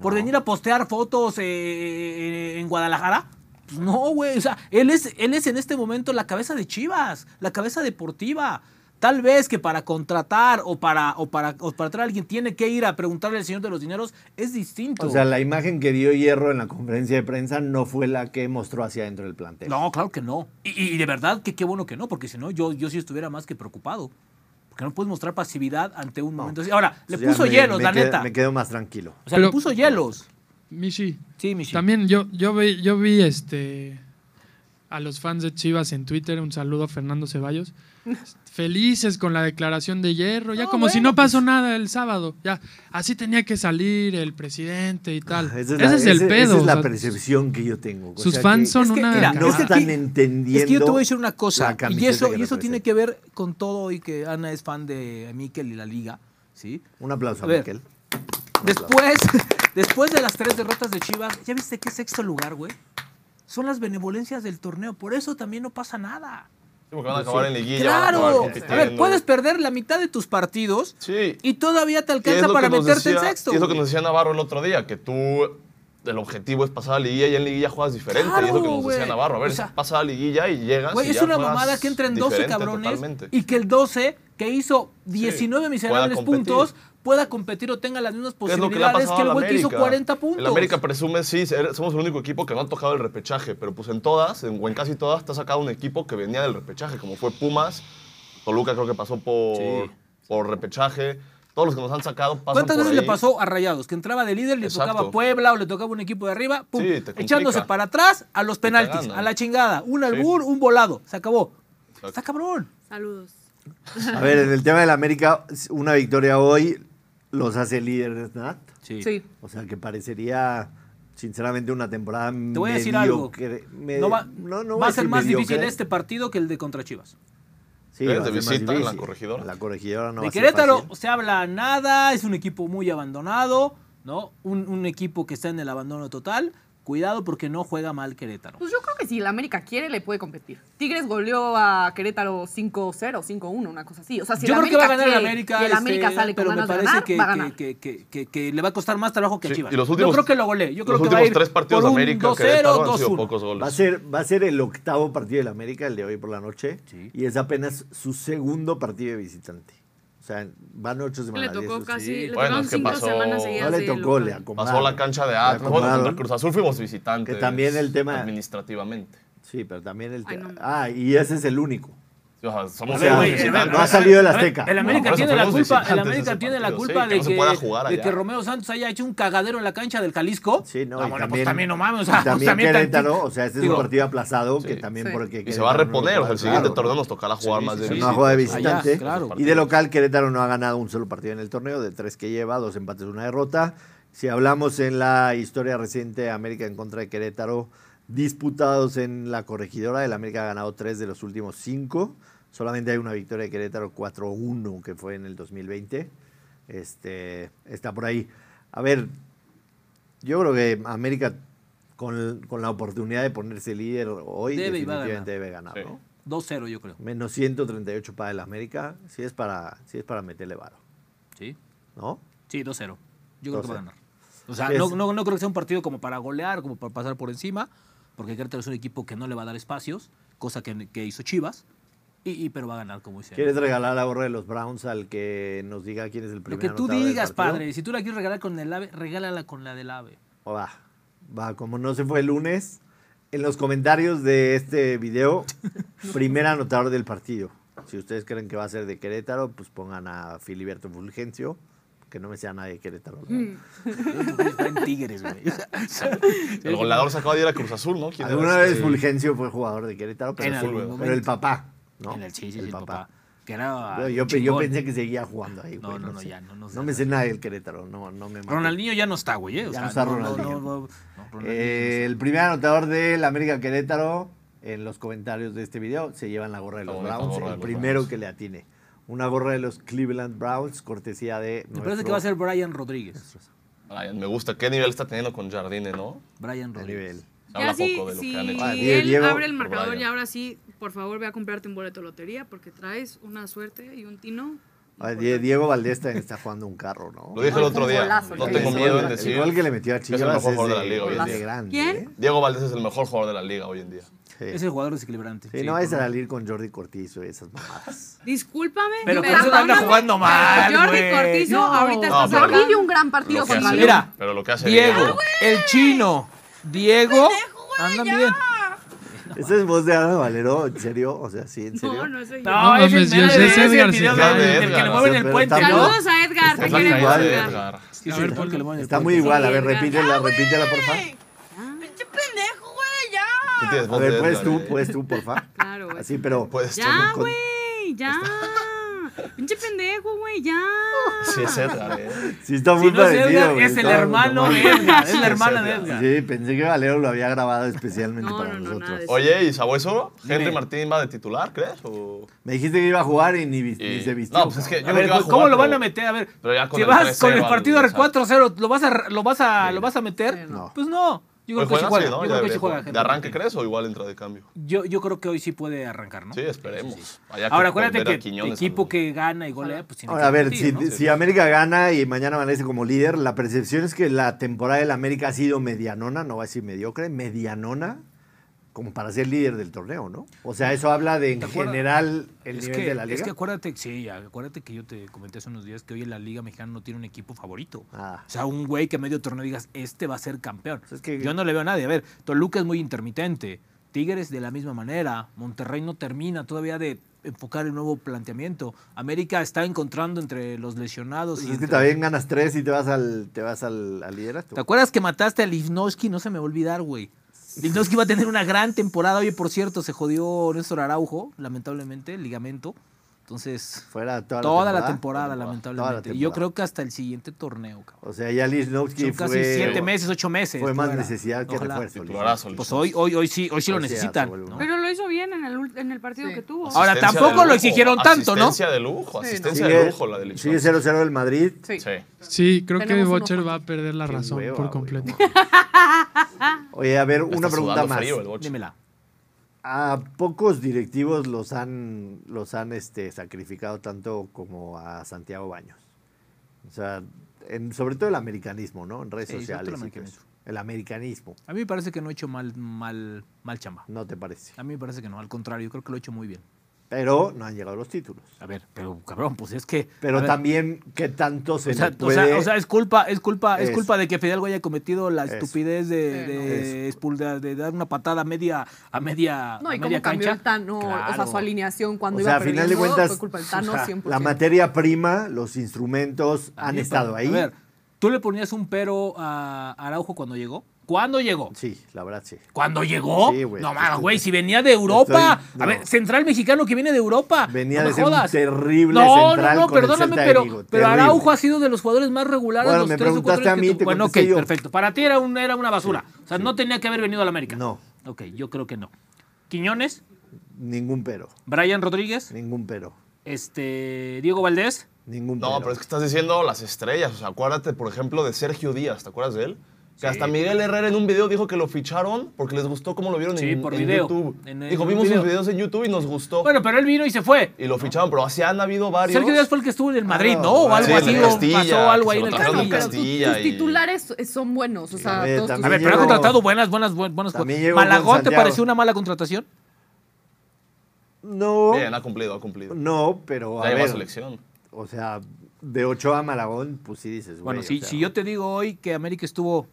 S3: ¿Por venir a postear fotos eh, en Guadalajara? Pues no, güey. O sea, él es, él es en este momento la cabeza de Chivas, la cabeza deportiva. Tal vez que para contratar o para, o para, o para traer a alguien tiene que ir a preguntarle al señor de los dineros es distinto.
S1: O sea, la imagen que dio Hierro en la conferencia de prensa no fue la que mostró hacia adentro del plantel.
S3: No, claro que no. Y, y- y de verdad que qué bueno que no, porque si no, yo, yo sí estuviera más que preocupado. Porque no puedes mostrar pasividad ante un momento así. Ahora, le
S1: O sea,
S3: puso
S1: me-
S3: hielos,
S1: me
S3: la
S1: quedo-
S3: neta.
S1: Me quedo más tranquilo.
S3: O sea, le
S7: Pero-
S3: puso hielos.
S7: Mishi,
S3: Sí, Michi.
S7: También yo, yo vi, yo vi este a los fans de Chivas en Twitter, un saludo a Fernando Ceballos, felices con la declaración de hierro, ya
S1: Ah,
S3: No,
S7: como si
S3: bueno,
S7: no pasó
S1: pues.
S7: nada el sábado, ya así tenía que salir el presidente y tal.
S1: Ah, Esa
S7: ese
S1: la-
S7: es el
S1: ese-
S7: pedo.
S1: Esa es
S7: o
S1: la
S7: sea,
S1: percepción que yo tengo. O
S7: sus
S1: sea,
S7: fans
S1: que
S7: son
S3: Es que,
S7: una...
S3: mira,
S1: No
S7: cagada.
S3: es que
S1: están
S3: aquí-
S1: entendiendo.
S3: Es que yo te voy a decir una
S1: la
S3: cosa, y
S1: camiseta
S3: eso,
S1: que
S3: y eso tiene
S1: representa.
S3: que ver con todo y que Ana es fan de Mikel y la liga, ¿sí?
S1: Un aplauso,
S3: A ver.
S1: Miquel.
S3: Después, después de las tres derrotas de Chivas, ¿ya viste qué sexto lugar, güey? Son las benevolencias del torneo, por eso también no pasa nada.
S4: porque van a acabar en liguilla. van
S3: Claro.
S4: a acabar
S3: A ver,
S4: compitiendo.
S3: puedes perder la mitad de tus partidos
S4: Sí.
S3: y todavía te
S4: Y es
S3: alcanza
S4: lo
S3: para
S4: que nos
S3: meterte en
S4: decía-
S3: sexto.
S4: y es lo que
S3: güey.
S4: nos decía Navarro el otro día, que tú. El objetivo es pasar a liguilla y en liguilla juegas diferente. y es lo que
S3: Claro,
S4: nos decía
S3: güey.
S4: Navarro. A ver,
S3: O sea,
S4: pasa a liguilla y llegas.
S3: Güey,
S4: y
S3: es
S4: ya
S3: una
S4: juegas
S3: mamada que entren 12
S4: diferente
S3: cabrones
S4: totalmente.
S3: y que el 12 que hizo 19 miserables
S4: pueda competir.
S3: puntos pueda competir o tenga las mismas
S4: ¿Qué es lo que le ha
S3: posibilidades que,
S4: pasado
S3: el
S4: al
S3: güey que hizo
S4: América?
S3: 40 puntos.
S4: El América presume, sí, ser- somos el único equipo que no ha tocado el repechaje, pero pues en todas, en, o en casi todas, te ha sacado un equipo que venía del repechaje, como fue Pumas, Toluca creo que pasó por,
S8: Sí.
S4: por repechaje, todos los que nos han sacado pasan
S3: ¿Cuántas
S4: por
S3: veces
S4: ahí.
S3: le pasó a Rayados? Que entraba de líder, le
S4: Exacto.
S3: tocaba Puebla o le tocaba un equipo de arriba, pum,
S4: Sí, te complica.
S3: echándose para atrás a los penaltis,
S4: ganan.
S3: a la chingada, un
S4: Sí.
S3: albur, un volado, se acabó.
S4: Exacto.
S3: Está cabrón.
S2: Saludos.
S1: A ver, en el tema del América, una victoria hoy los hace líderes, ¿no?
S6: Sí.
S1: O sea, que parecería, sinceramente, una temporada
S3: Te voy a decir algo. No va,
S1: no
S3: va
S1: voy
S3: a ser
S1: decir
S3: más difícil
S1: mediocre.
S3: este partido que el de contra Chivas.
S1: Sí,
S4: Eh,
S1: va a
S4: de
S1: ser más
S4: visita en la
S1: difícil.
S4: Corregidora.
S1: La corregidora no va
S3: de
S1: a ser
S3: Querétaro
S1: fácil.
S3: se habla nada, es un equipo muy abandonado, ¿no? Un, un equipo que está en el abandono total. Cuidado porque no juega mal Querétaro.
S6: Pues yo creo que si la América quiere, le puede competir. Tigres goleó a Querétaro 5-0, 5-1, una cosa así. O sea, si
S3: yo
S6: la
S3: creo que va a
S6: América
S3: ganar el
S6: quiere
S3: América,
S6: Y el
S3: este,
S6: América sale con
S3: pero me
S6: ganas de
S3: parece
S6: ganar,
S3: que,
S6: va a ganar.
S3: que- que- que- que le va a costar más trabajo que a
S4: Sí,
S3: Chivas.
S4: y los últimos-
S3: yo creo que lo golee. Yo creo
S4: los
S3: que va a
S4: últimos
S3: ir
S4: tres partidos
S3: por
S4: de
S3: un
S4: América,
S3: 2-0,
S4: Querétaro, han sido
S3: 2-1.
S4: pocos goles.
S1: Va a, ser, va a ser el octavo partido del América, el de hoy por la noche. Y es apenas su segundo partido de visitante. O sea, van ocho
S2: Le
S1: semanas.
S2: tocó
S1: eso sí.
S2: casi, le
S4: Bueno,
S2: tocaron
S4: es que
S2: cinco
S4: pasó-
S2: semanas
S1: No
S2: seguidas.
S1: le
S2: de
S1: tocó,
S2: local.
S1: le acomodaron.
S4: Pasó la cancha de
S1: Le
S4: Atlas, bueno, contra
S1: acomodaron.
S4: Cruz Azul fuimos visitantes.
S1: Que también el tema-
S4: Administrativamente.
S1: Sí, pero también el...
S2: Ay,
S1: te-
S2: no.
S1: Ah, y ese es el único.
S4: O sea, somos
S1: O sea,
S4: héroes
S1: no
S4: nacionales.
S1: ha salido el Azteca.
S3: El América
S4: No, por eso
S3: tiene la
S4: fuimos
S3: culpa, el
S4: visitantes
S3: América
S4: ese
S3: tiene la
S4: partido, sí,
S3: culpa
S4: que
S3: de,
S4: no se
S3: que,
S4: pueda jugar
S3: de
S4: allá.
S3: que Romeo Santos haya hecho un cagadero en la cancha del Jalisco.
S1: Sí, no,
S3: Ah,
S1: y
S3: bueno,
S1: también-
S3: pues también no mames. O
S1: Y
S3: sea,
S1: también
S3: también
S1: Querétaro,
S3: tantito-
S1: o sea, este es
S3: Digo,
S1: un partido aplazado que
S4: sí.
S1: también
S6: Sí.
S1: porque...
S4: Y se va a
S1: Querétaro no
S4: reponer, o sea, el
S1: claro,
S4: siguiente
S1: no.
S4: torneo nos tocará jugar
S8: Sí,
S4: más
S8: sí, sí.
S4: de
S1: No
S4: visita.
S1: juega de
S4: pues, Allá,
S1: visitante.
S3: claro.
S1: Y de local, Querétaro no ha ganado un solo partido en el torneo, de tres que lleva, dos empates, una derrota. Si hablamos en la historia reciente, América en contra de Querétaro, disputados en la corregidora, el América ha ganado tres de los últimos cinco. Solamente hay una victoria de Querétaro 4-1, que fue en el 2020. Este, está por ahí. A ver, yo creo que América, con, con la oportunidad de ponerse líder hoy,
S3: Debe y va a
S1: definitivamente debe ganar,
S4: Sí.
S1: ¿no?
S3: 2-0 yo creo.
S1: Menos 138 para el América, si es para, si es para meterle varo,
S3: Sí.
S1: ¿no?
S3: Sí, 2-0. Yo creo que va a
S1: 2-0.
S3: ganar. O sea,
S1: Es-
S3: no, no- no creo que sea un partido como para golear, como para pasar por encima, porque Querétaro es un equipo que no le va a dar espacios, cosa que, que hizo Chivas, y, y- pero va a ganar, como dice.
S1: ¿Quieres regalar la gorra de los Browns al que nos diga quién es el
S3: Lo
S1: primer
S3: que tú
S1: anotador del
S3: digas,
S1: partido?
S3: padre, si tú la quieres regalar con el ave, regálala con la del ave.
S1: O va, va, como no se fue el lunes, en los comentarios de este video, primer anotador del partido. Si ustedes creen que va a ser de Querétaro, pues pongan a Filiberto Fulgencio, que no me sea nadie de Querétaro. ¿verdad?
S3: Está en Tigres, güey.
S4: El goleador se acaba de ir a Cruz Azul, ¿no? ¿Quién era
S1: Alguna
S4: ese?
S1: vez Fulgencio fue jugador de Querétaro,
S3: En
S1: pero,
S3: algún
S1: pero
S3: momento.
S1: el papá, ¿no?
S3: En el, sí, sí, sí, el papá. Que era,
S1: Yo, yo pe- yo
S3: Ah, chingón.
S1: pensé que seguía jugando ahí.
S3: No,
S1: güey,
S3: no, no,
S1: sé.
S3: ya, no, no sé.
S1: me sé nada del Querétaro, no, no me mato.
S3: Ronaldinho ya no está, güey. eh,
S1: Ya
S3: o sea,
S1: no está
S3: no, no,
S1: Ronaldinho.
S3: no, no, no, Ronaldinho
S1: Eh, el primer anotador del América Querétaro, en los comentarios de este video, se llevan la gorra de los
S4: La bonita
S1: Browns,
S4: gorra de
S1: el
S4: los
S1: primero
S4: Browns.
S1: que le atine. Una gorra de los Cleveland Browns, cortesía de.
S3: Me
S1: nuestro-
S3: parece que va a ser Brian Rodríguez.
S4: Ay, me gusta. ¿Qué nivel está teniendo con Jardine, no?
S3: Brian
S1: de
S3: Rodríguez.
S1: nivel.
S4: Se
S2: Ya
S4: habla
S2: sí,
S4: poco de lo
S2: si
S4: que han hecho.
S1: Ah, Diego-
S2: él
S1: Diego
S2: abre el
S4: por
S2: marcador
S4: Brian.
S2: y ahora sí, por favor, ve a comprarte un boleto de lotería porque traes una suerte y un tino.
S1: Ah, Die- Diego Valdés también está jugando un carro, ¿no?
S4: Lo dije el
S6: Ay,
S4: otro
S6: fue un
S4: día.
S6: golazo,
S4: No
S6: ¿no?
S4: tengo
S1: El
S4: miedo
S1: gol-
S4: en decir.
S1: El gol que le metió a
S4: es el
S1: Chivas
S4: mejor
S1: es,
S4: jugador de
S1: de,
S4: la liga hoy en
S1: es de
S4: día.
S1: grande.
S2: ¿Quién?
S1: ¿eh?
S4: Diego Valdés es el mejor jugador de la liga hoy en día.
S1: Sí.
S3: Es el jugador desequilibrante.
S1: Sí, no es
S3: por-
S1: salir con Jordi Cortizo y esas mamadas.
S2: Discúlpame.
S3: Pero con eso anda
S2: perdóname,
S3: jugando mal,
S2: Jordi
S3: güey.
S2: Cortizo
S3: No.
S2: ahorita
S4: No,
S2: está
S4: pero
S2: sacando-
S6: Aquí dio un gran partido
S4: Lo que
S6: con
S4: hace-
S6: Valencia.
S3: Mira,
S4: Pero lo que hace
S3: Diego, el chino, Diego, andan bien.
S1: ¿Esa es voz de Ana Valero? ¿En serio? O sea, sí, en serio.
S2: No, no es ella.
S7: No, ese es- ese es
S3: el video
S7: Edgar, sí.
S3: del-
S4: Edgar,
S3: del que le
S4: Edgar.
S3: mueven el
S1: Pero
S3: puente,
S1: está-
S3: ¿no?
S2: Saludos a Edgar, te
S1: Está
S4: Es la
S1: muy
S2: queremos,
S4: caída
S1: igual,
S4: de
S1: eh.
S2: Edgar.
S4: Edgar.
S7: A ver, ponlo.
S1: Está muy igual. A ver, repítela, repítela, por favor.
S2: Ah.
S4: Sí tienes
S1: A
S4: voz de
S1: ver,
S3: pues,
S1: puedes
S4: Edgar,
S1: tú,
S4: eh.
S1: puedes tú, porfa.
S2: Claro, güey.
S1: Así, pero.
S4: Puedes tú.
S2: Pues, Ya,
S1: con-
S2: güey, ya. Pinche pendejo, güey, ya.
S4: Sí, es Edgar, eh.
S1: Sí, está muy
S3: Si no es
S1: parecido.
S3: Edgar,
S1: güey,
S3: es el
S1: está
S3: hermano de
S1: muy-
S3: Edgar, es la
S4: Sí,
S3: hermana
S4: sí,
S3: de
S4: sí.
S3: Edgar.
S1: Sí, pensé que Valero lo había grabado especialmente
S2: No,
S1: para
S2: no, no,
S1: nosotros.
S2: nada de eso.
S4: Oye, ¿y Sabueso? ¿Henry
S3: Dime.
S4: Martín va de titular, crees? O-
S1: Me dijiste que iba a jugar y ni, vis- ni
S4: Y-
S1: se vistió.
S4: No, pues es que
S3: A
S4: yo creo que
S3: ver,
S4: va a
S3: ¿cómo
S4: jugar,
S3: lo van
S4: pero-
S3: a meter? A ver,
S4: pero ya con
S3: si
S4: el
S3: vas con
S4: 3-0
S3: el partido
S4: algo,
S3: del
S4: exacto.
S3: 4-0, ¿lo vas a, lo vas a, lo vas a
S4: Sí.
S3: meter?
S1: No.
S3: Pues no. Yo
S4: Hoy
S3: creo que sí
S4: juega,
S3: juega.
S4: sí, ¿no?
S3: Yo creo
S4: Ya
S3: que sí
S4: debería
S3: juega.
S4: jugar. ¿De
S3: Henry
S4: arranque
S3: Martin.
S4: crees o igual entra de cambio?
S3: Yo, yo creo que hoy sí puede arrancar, ¿no?
S4: Sí, esperemos. Allá
S3: Ahora, acuérdate
S4: volver a
S3: que
S4: Quiñones
S3: equipo
S4: al-
S3: que gana y golea, pues tiene
S1: Ahora, a
S3: que
S1: ver,
S3: competir,
S1: si,
S3: ¿no?
S1: si América gana y mañana amanece como líder, la percepción es que la temporada del América ha sido medianona, no va a decir mediocre, medianona, como para ser líder del torneo, ¿no? O sea, eso habla de en
S3: ¿Te acuerdas?
S1: general el nivel
S3: que,
S1: de la liga.
S3: Es que acuérdate, sí, acuérdate que yo te comenté hace unos días que hoy en la Liga Mexicana no tiene un equipo favorito.
S1: Ah.
S3: O sea, un güey que a medio torneo digas, este va a ser campeón.
S1: Es que-
S3: Yo no le veo a nadie. A ver, Toluca es muy intermitente. Tigres de la misma manera. Monterrey no termina todavía de enfocar el nuevo planteamiento. América está encontrando entre los lesionados.
S1: Pues
S3: y
S1: es que
S3: entre-
S1: también ganas tres y te vas al, te vas al, al liderato.
S3: ¿Te acuerdas que mataste a Livnowski? No se me va a olvidar, güey. Livnowski iba a tener una gran temporada. Oye, por cierto, se jodió Néstor Araujo, lamentablemente, el ligamento. Entonces,
S1: Fuera toda la
S3: toda
S1: temporada.
S3: la temporada,
S1: Toda la
S3: lamentablemente. Y yo
S1: temporada.
S3: creo que hasta el siguiente torneo, cabrón.
S1: O sea, ya Lisnowski
S3: Son
S1: fue,
S3: casi siete meses, ocho meses.
S1: fue más
S3: fuera.
S1: necesidad que
S3: Ojalá.
S1: refuerzo.
S4: Titularazo,
S3: Pues
S4: Luis.
S3: hoy, hoy, hoy sí, hoy sí lo
S1: Hoy sí, ya se
S3: necesitan.
S1: vuelve
S3: ¿no?
S1: un-
S2: Pero lo hizo bien en el, ul- en el partido
S6: Sí.
S2: que tuvo.
S3: Ahora,
S4: Asistencia de
S3: tampoco lo
S4: lujo,
S3: exigieron tanto, ¿no?
S4: Asistencia de lujo, asistencia de
S1: Sigue
S4: lujo la del
S1: sigue 0-0 del Madrid.
S6: Sí.
S4: Sí.
S7: Sí, creo que
S6: Tenemos uno
S7: Bocher
S6: junto.
S7: va a perder la
S1: Qué
S7: razón
S1: hueva,
S7: por
S1: güey.
S7: completo.
S1: Oye, a ver,
S4: Está
S1: una pregunta
S4: sudando
S1: más.
S4: frío el Bocha.
S3: Dímela.
S1: A pocos directivos los han, los han este, sacrificado tanto como a Santiago Baños. O sea, en- sobre todo el americanismo, ¿no? En redes
S3: Sí, sobre todo el
S1: sociales. y todo
S3: americanismo.
S1: eso. El americanismo,
S3: A mí me parece que no he hecho mal, mal, mal chamba.
S1: ¿no te parece?
S3: A mí me parece que no, al contrario, yo creo que lo he hecho muy bien.
S1: Pero no han llegado los títulos.
S3: A ver, pero cabrón, pues es que.
S1: Pero
S3: a ver,
S1: también, ¿qué tanto se
S3: O sea,
S1: le
S3: o sea-
S1: puede...
S3: o sea, es culpa, es culpa, es
S1: Eso.
S3: culpa de que Fidalgo haya cometido la
S1: Eso.
S3: estupidez de,
S6: Sí,
S3: de expulsar- de dar una patada a media, a media,
S6: No,
S3: a
S6: y
S3: media
S6: cómo cambió
S3: cancha.
S6: el Tano, o sea,
S3: Claro.
S6: su alineación cuando
S1: O
S6: iba
S1: sea, a
S6: perdiendo,
S1: final de cuentas,
S6: fue culpa del
S1: o
S6: Tano
S1: sea,
S6: 100%.
S1: la materia prima, los instrumentos han
S3: También,
S1: estado
S3: pa-
S1: ahí.
S3: A ver, ¿tú le ponías un pero a Araujo cuando llegó? ¿Cuándo llegó?
S1: Sí, la verdad sí.
S3: ¿Cuándo llegó?
S1: Sí, güey.
S3: no mames, güey, si venía de Europa.
S1: Estoy- no.
S3: A ver, central mexicano que viene de Europa.
S1: Venía
S3: no me
S1: de ser un
S3: jodas.
S1: terrible
S3: no,
S1: central
S3: No, no,
S1: con el
S3: perdóname,
S1: Celta de
S3: pero,
S1: Vigo,
S3: pero
S1: terrible.
S3: Araujo ha sido de los jugadores más regulares
S1: Bueno,
S3: los
S1: me
S3: tres o cuatro
S1: preguntaste a
S3: años
S1: mí,
S3: que tu-
S1: te
S3: Bueno, ok,
S1: contesté yo.
S3: perfecto. Para ti era, un- era una basura.
S1: Sí,
S3: o sea, no tenía que haber venido a la América.
S1: No.
S3: Ok, yo creo que no. Quiñones,
S1: Ningún pero,
S3: Brian Rodríguez,
S1: ningún pero,
S3: este Diego Valdés.
S1: ningún pero.
S4: No, pero es que estás diciendo las estrellas. O sea, acuérdate, por ejemplo, de Sergio Díaz. ¿Te acuerdas de él? Que hasta Miguel Herrera en un video dijo que lo ficharon porque les gustó cómo lo vieron
S3: Sí,
S4: en,
S3: por
S4: en
S3: video.
S4: YouTube.
S3: En el-
S4: dijo,
S3: en un
S4: vimos sus
S3: video.
S4: videos en YouTube y nos gustó.
S3: Bueno, pero él vino y se fue.
S4: y lo ficharon, pero así han habido varios.
S3: Sergio Díaz fue el que estuvo en el Madrid,
S1: Ah,
S3: ¿no? O algo
S1: sí, en
S3: así,
S1: el
S3: o
S4: Castilla,
S3: pasó algo
S4: que
S3: ahí
S4: se
S3: en el
S4: lo
S6: Bueno,
S4: trajeron
S3: Castilla.
S4: del
S6: pero tu-
S4: Castilla
S6: tus
S4: y-
S6: titulares son buenos, o sea,
S1: A ver,
S6: todos tus
S1: también
S3: A ver, pero ha
S1: Llegó-
S3: contratado buenas, buenas, buenas. buenas
S1: También
S3: cosas.
S1: llegó con
S3: ¿Malagón te
S1: Santiago.
S3: pareció una mala contratación?
S1: No,
S4: Bien, ha cumplido, ha cumplido.
S1: no, pero a
S4: ya lleva
S1: ver,
S4: selección.
S1: o sea, de Ochoa a Malagón, pues sí dices, güey,
S3: Bueno,
S1: o
S3: si,
S1: sea,
S3: si yo te digo hoy que América estuvo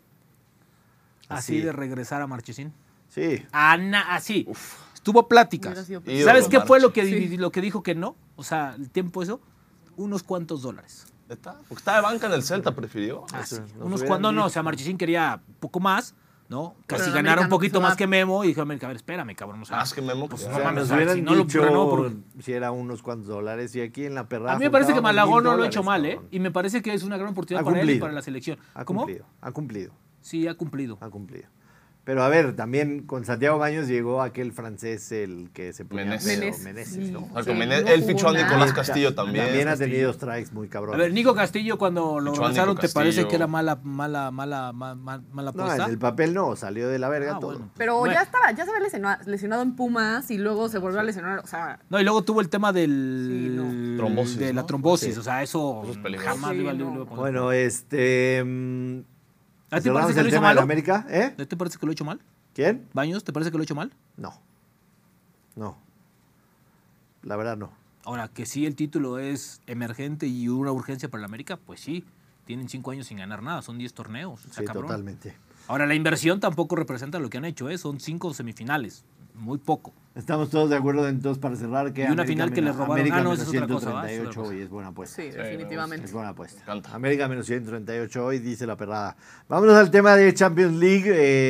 S3: así,
S1: Así.
S3: de regresar a Marchesín.
S1: Sí,
S3: Ana, así. Estuvo a pláticas.
S6: Hubiera sido
S4: Y-
S3: ¿Sabes
S4: Ídolo,
S3: qué fue lo que,
S6: Marchi.
S3: di- lo que dijo que no? O sea, el tiempo eso, unos cuantos dólares.
S4: ¿Está? Porque estaba de banca en el Celta, prefirió.
S6: Ah,
S3: Así.
S1: Pues nos
S3: unos
S1: hubieran
S3: cuantos, no, no,
S1: dicho.
S3: o sea, Marchesín quería poco más, ¿no? Casi
S6: el
S3: ganar un
S6: americano se
S3: poquito
S6: va.
S3: más que Memo y dijo América, a ver, espérame, cabrón.
S6: ah.
S3: O sea,
S4: Más que Memo.
S3: pues,
S4: que-
S1: o
S3: No
S1: sea,
S3: mames,
S1: nos
S3: o sea,
S1: hubieran
S3: si no lo
S1: dicho
S3: ganó por-
S1: si era unos cuantos dólares y aquí en la perra.
S3: a mí me parece que
S1: juntábamos
S3: Malagón
S1: mil
S3: no lo ha hecho
S1: dólares,
S3: mal, ¿eh?
S1: cabrón.
S3: Y me parece que es una gran oportunidad
S1: Ha
S3: para él y
S1: cumplido.
S3: para la selección.
S1: Ha
S3: ¿Cómo?
S1: cumplido, ha cumplido,
S3: Sí, ha cumplido.
S1: ha cumplido. Pero a ver, también con Santiago Baños llegó aquel francés, el que se ponía
S4: Meneses.
S1: pedo,
S6: Meneses.
S1: Meneses, ¿no?
S6: Sí.
S4: O sea,
S6: Sí,
S4: con Mene-
S6: no
S4: él
S6: jugó
S4: fichó a
S6: nada.
S4: Nicolás Castillo también.
S1: También ha tenido strikes muy cabrones.
S3: A ver, Nico Castillo, cuando lo
S4: Nico
S3: lanzaron, ¿te
S4: Castillo.
S3: parece que era mala, mala, mala, ma- ma- mala
S1: No, en
S3: apuesta?
S1: el papel no, salió de la verga
S3: Ah,
S1: todo.
S3: bueno.
S6: Pero
S3: Bueno.
S6: ya estaba, ya se había lesionado, lesionado en Pumas y luego se volvió a lesionar, o sea,
S3: No, y luego tuvo el tema del.
S6: Sí,
S4: Trombosis,
S3: De la
S4: ¿no?
S3: trombosis.
S1: Sí.
S3: O sea, eso.
S4: Eso es peligroso.
S3: jamás
S6: Sí,
S3: lo iba lo
S6: no.
S3: iba a poner.
S1: Bueno, este. mm,
S3: ¿A ti te
S1: cerramos
S3: parece que
S1: el
S3: lo hizo
S1: tema de la
S3: mal?
S1: América, ¿eh?
S3: ¿No te parece que lo he hecho mal?
S1: ¿Quién?
S3: ¿Baños? ¿Te parece que lo he hecho mal?
S1: No. No. La verdad, no.
S3: Ahora, que sí, el título es emergente y una urgencia para la América, pues sí. Tienen cinco años sin ganar nada, son diez torneos. O sea,
S1: Sí,
S3: cabrón.
S1: totalmente.
S3: Ahora, la inversión tampoco representa lo que han hecho, ¿eh? Son cinco semifinales, muy poco.
S1: Estamos todos de acuerdo entonces para cerrar que.
S3: Y una final que le
S1: menos-
S3: robaron.
S1: América
S3: Ah, no,
S1: menos
S3: esa es otra cosa, ¿va? Esa es otra
S1: 138
S3: cosa.
S1: y es buena apuesta.
S6: sí,
S1: Es
S6: definitivamente.
S1: buena apuesta.
S4: encanta.
S1: América menos 138 hoy, dice la perrada. Vámonos al tema de Champions League.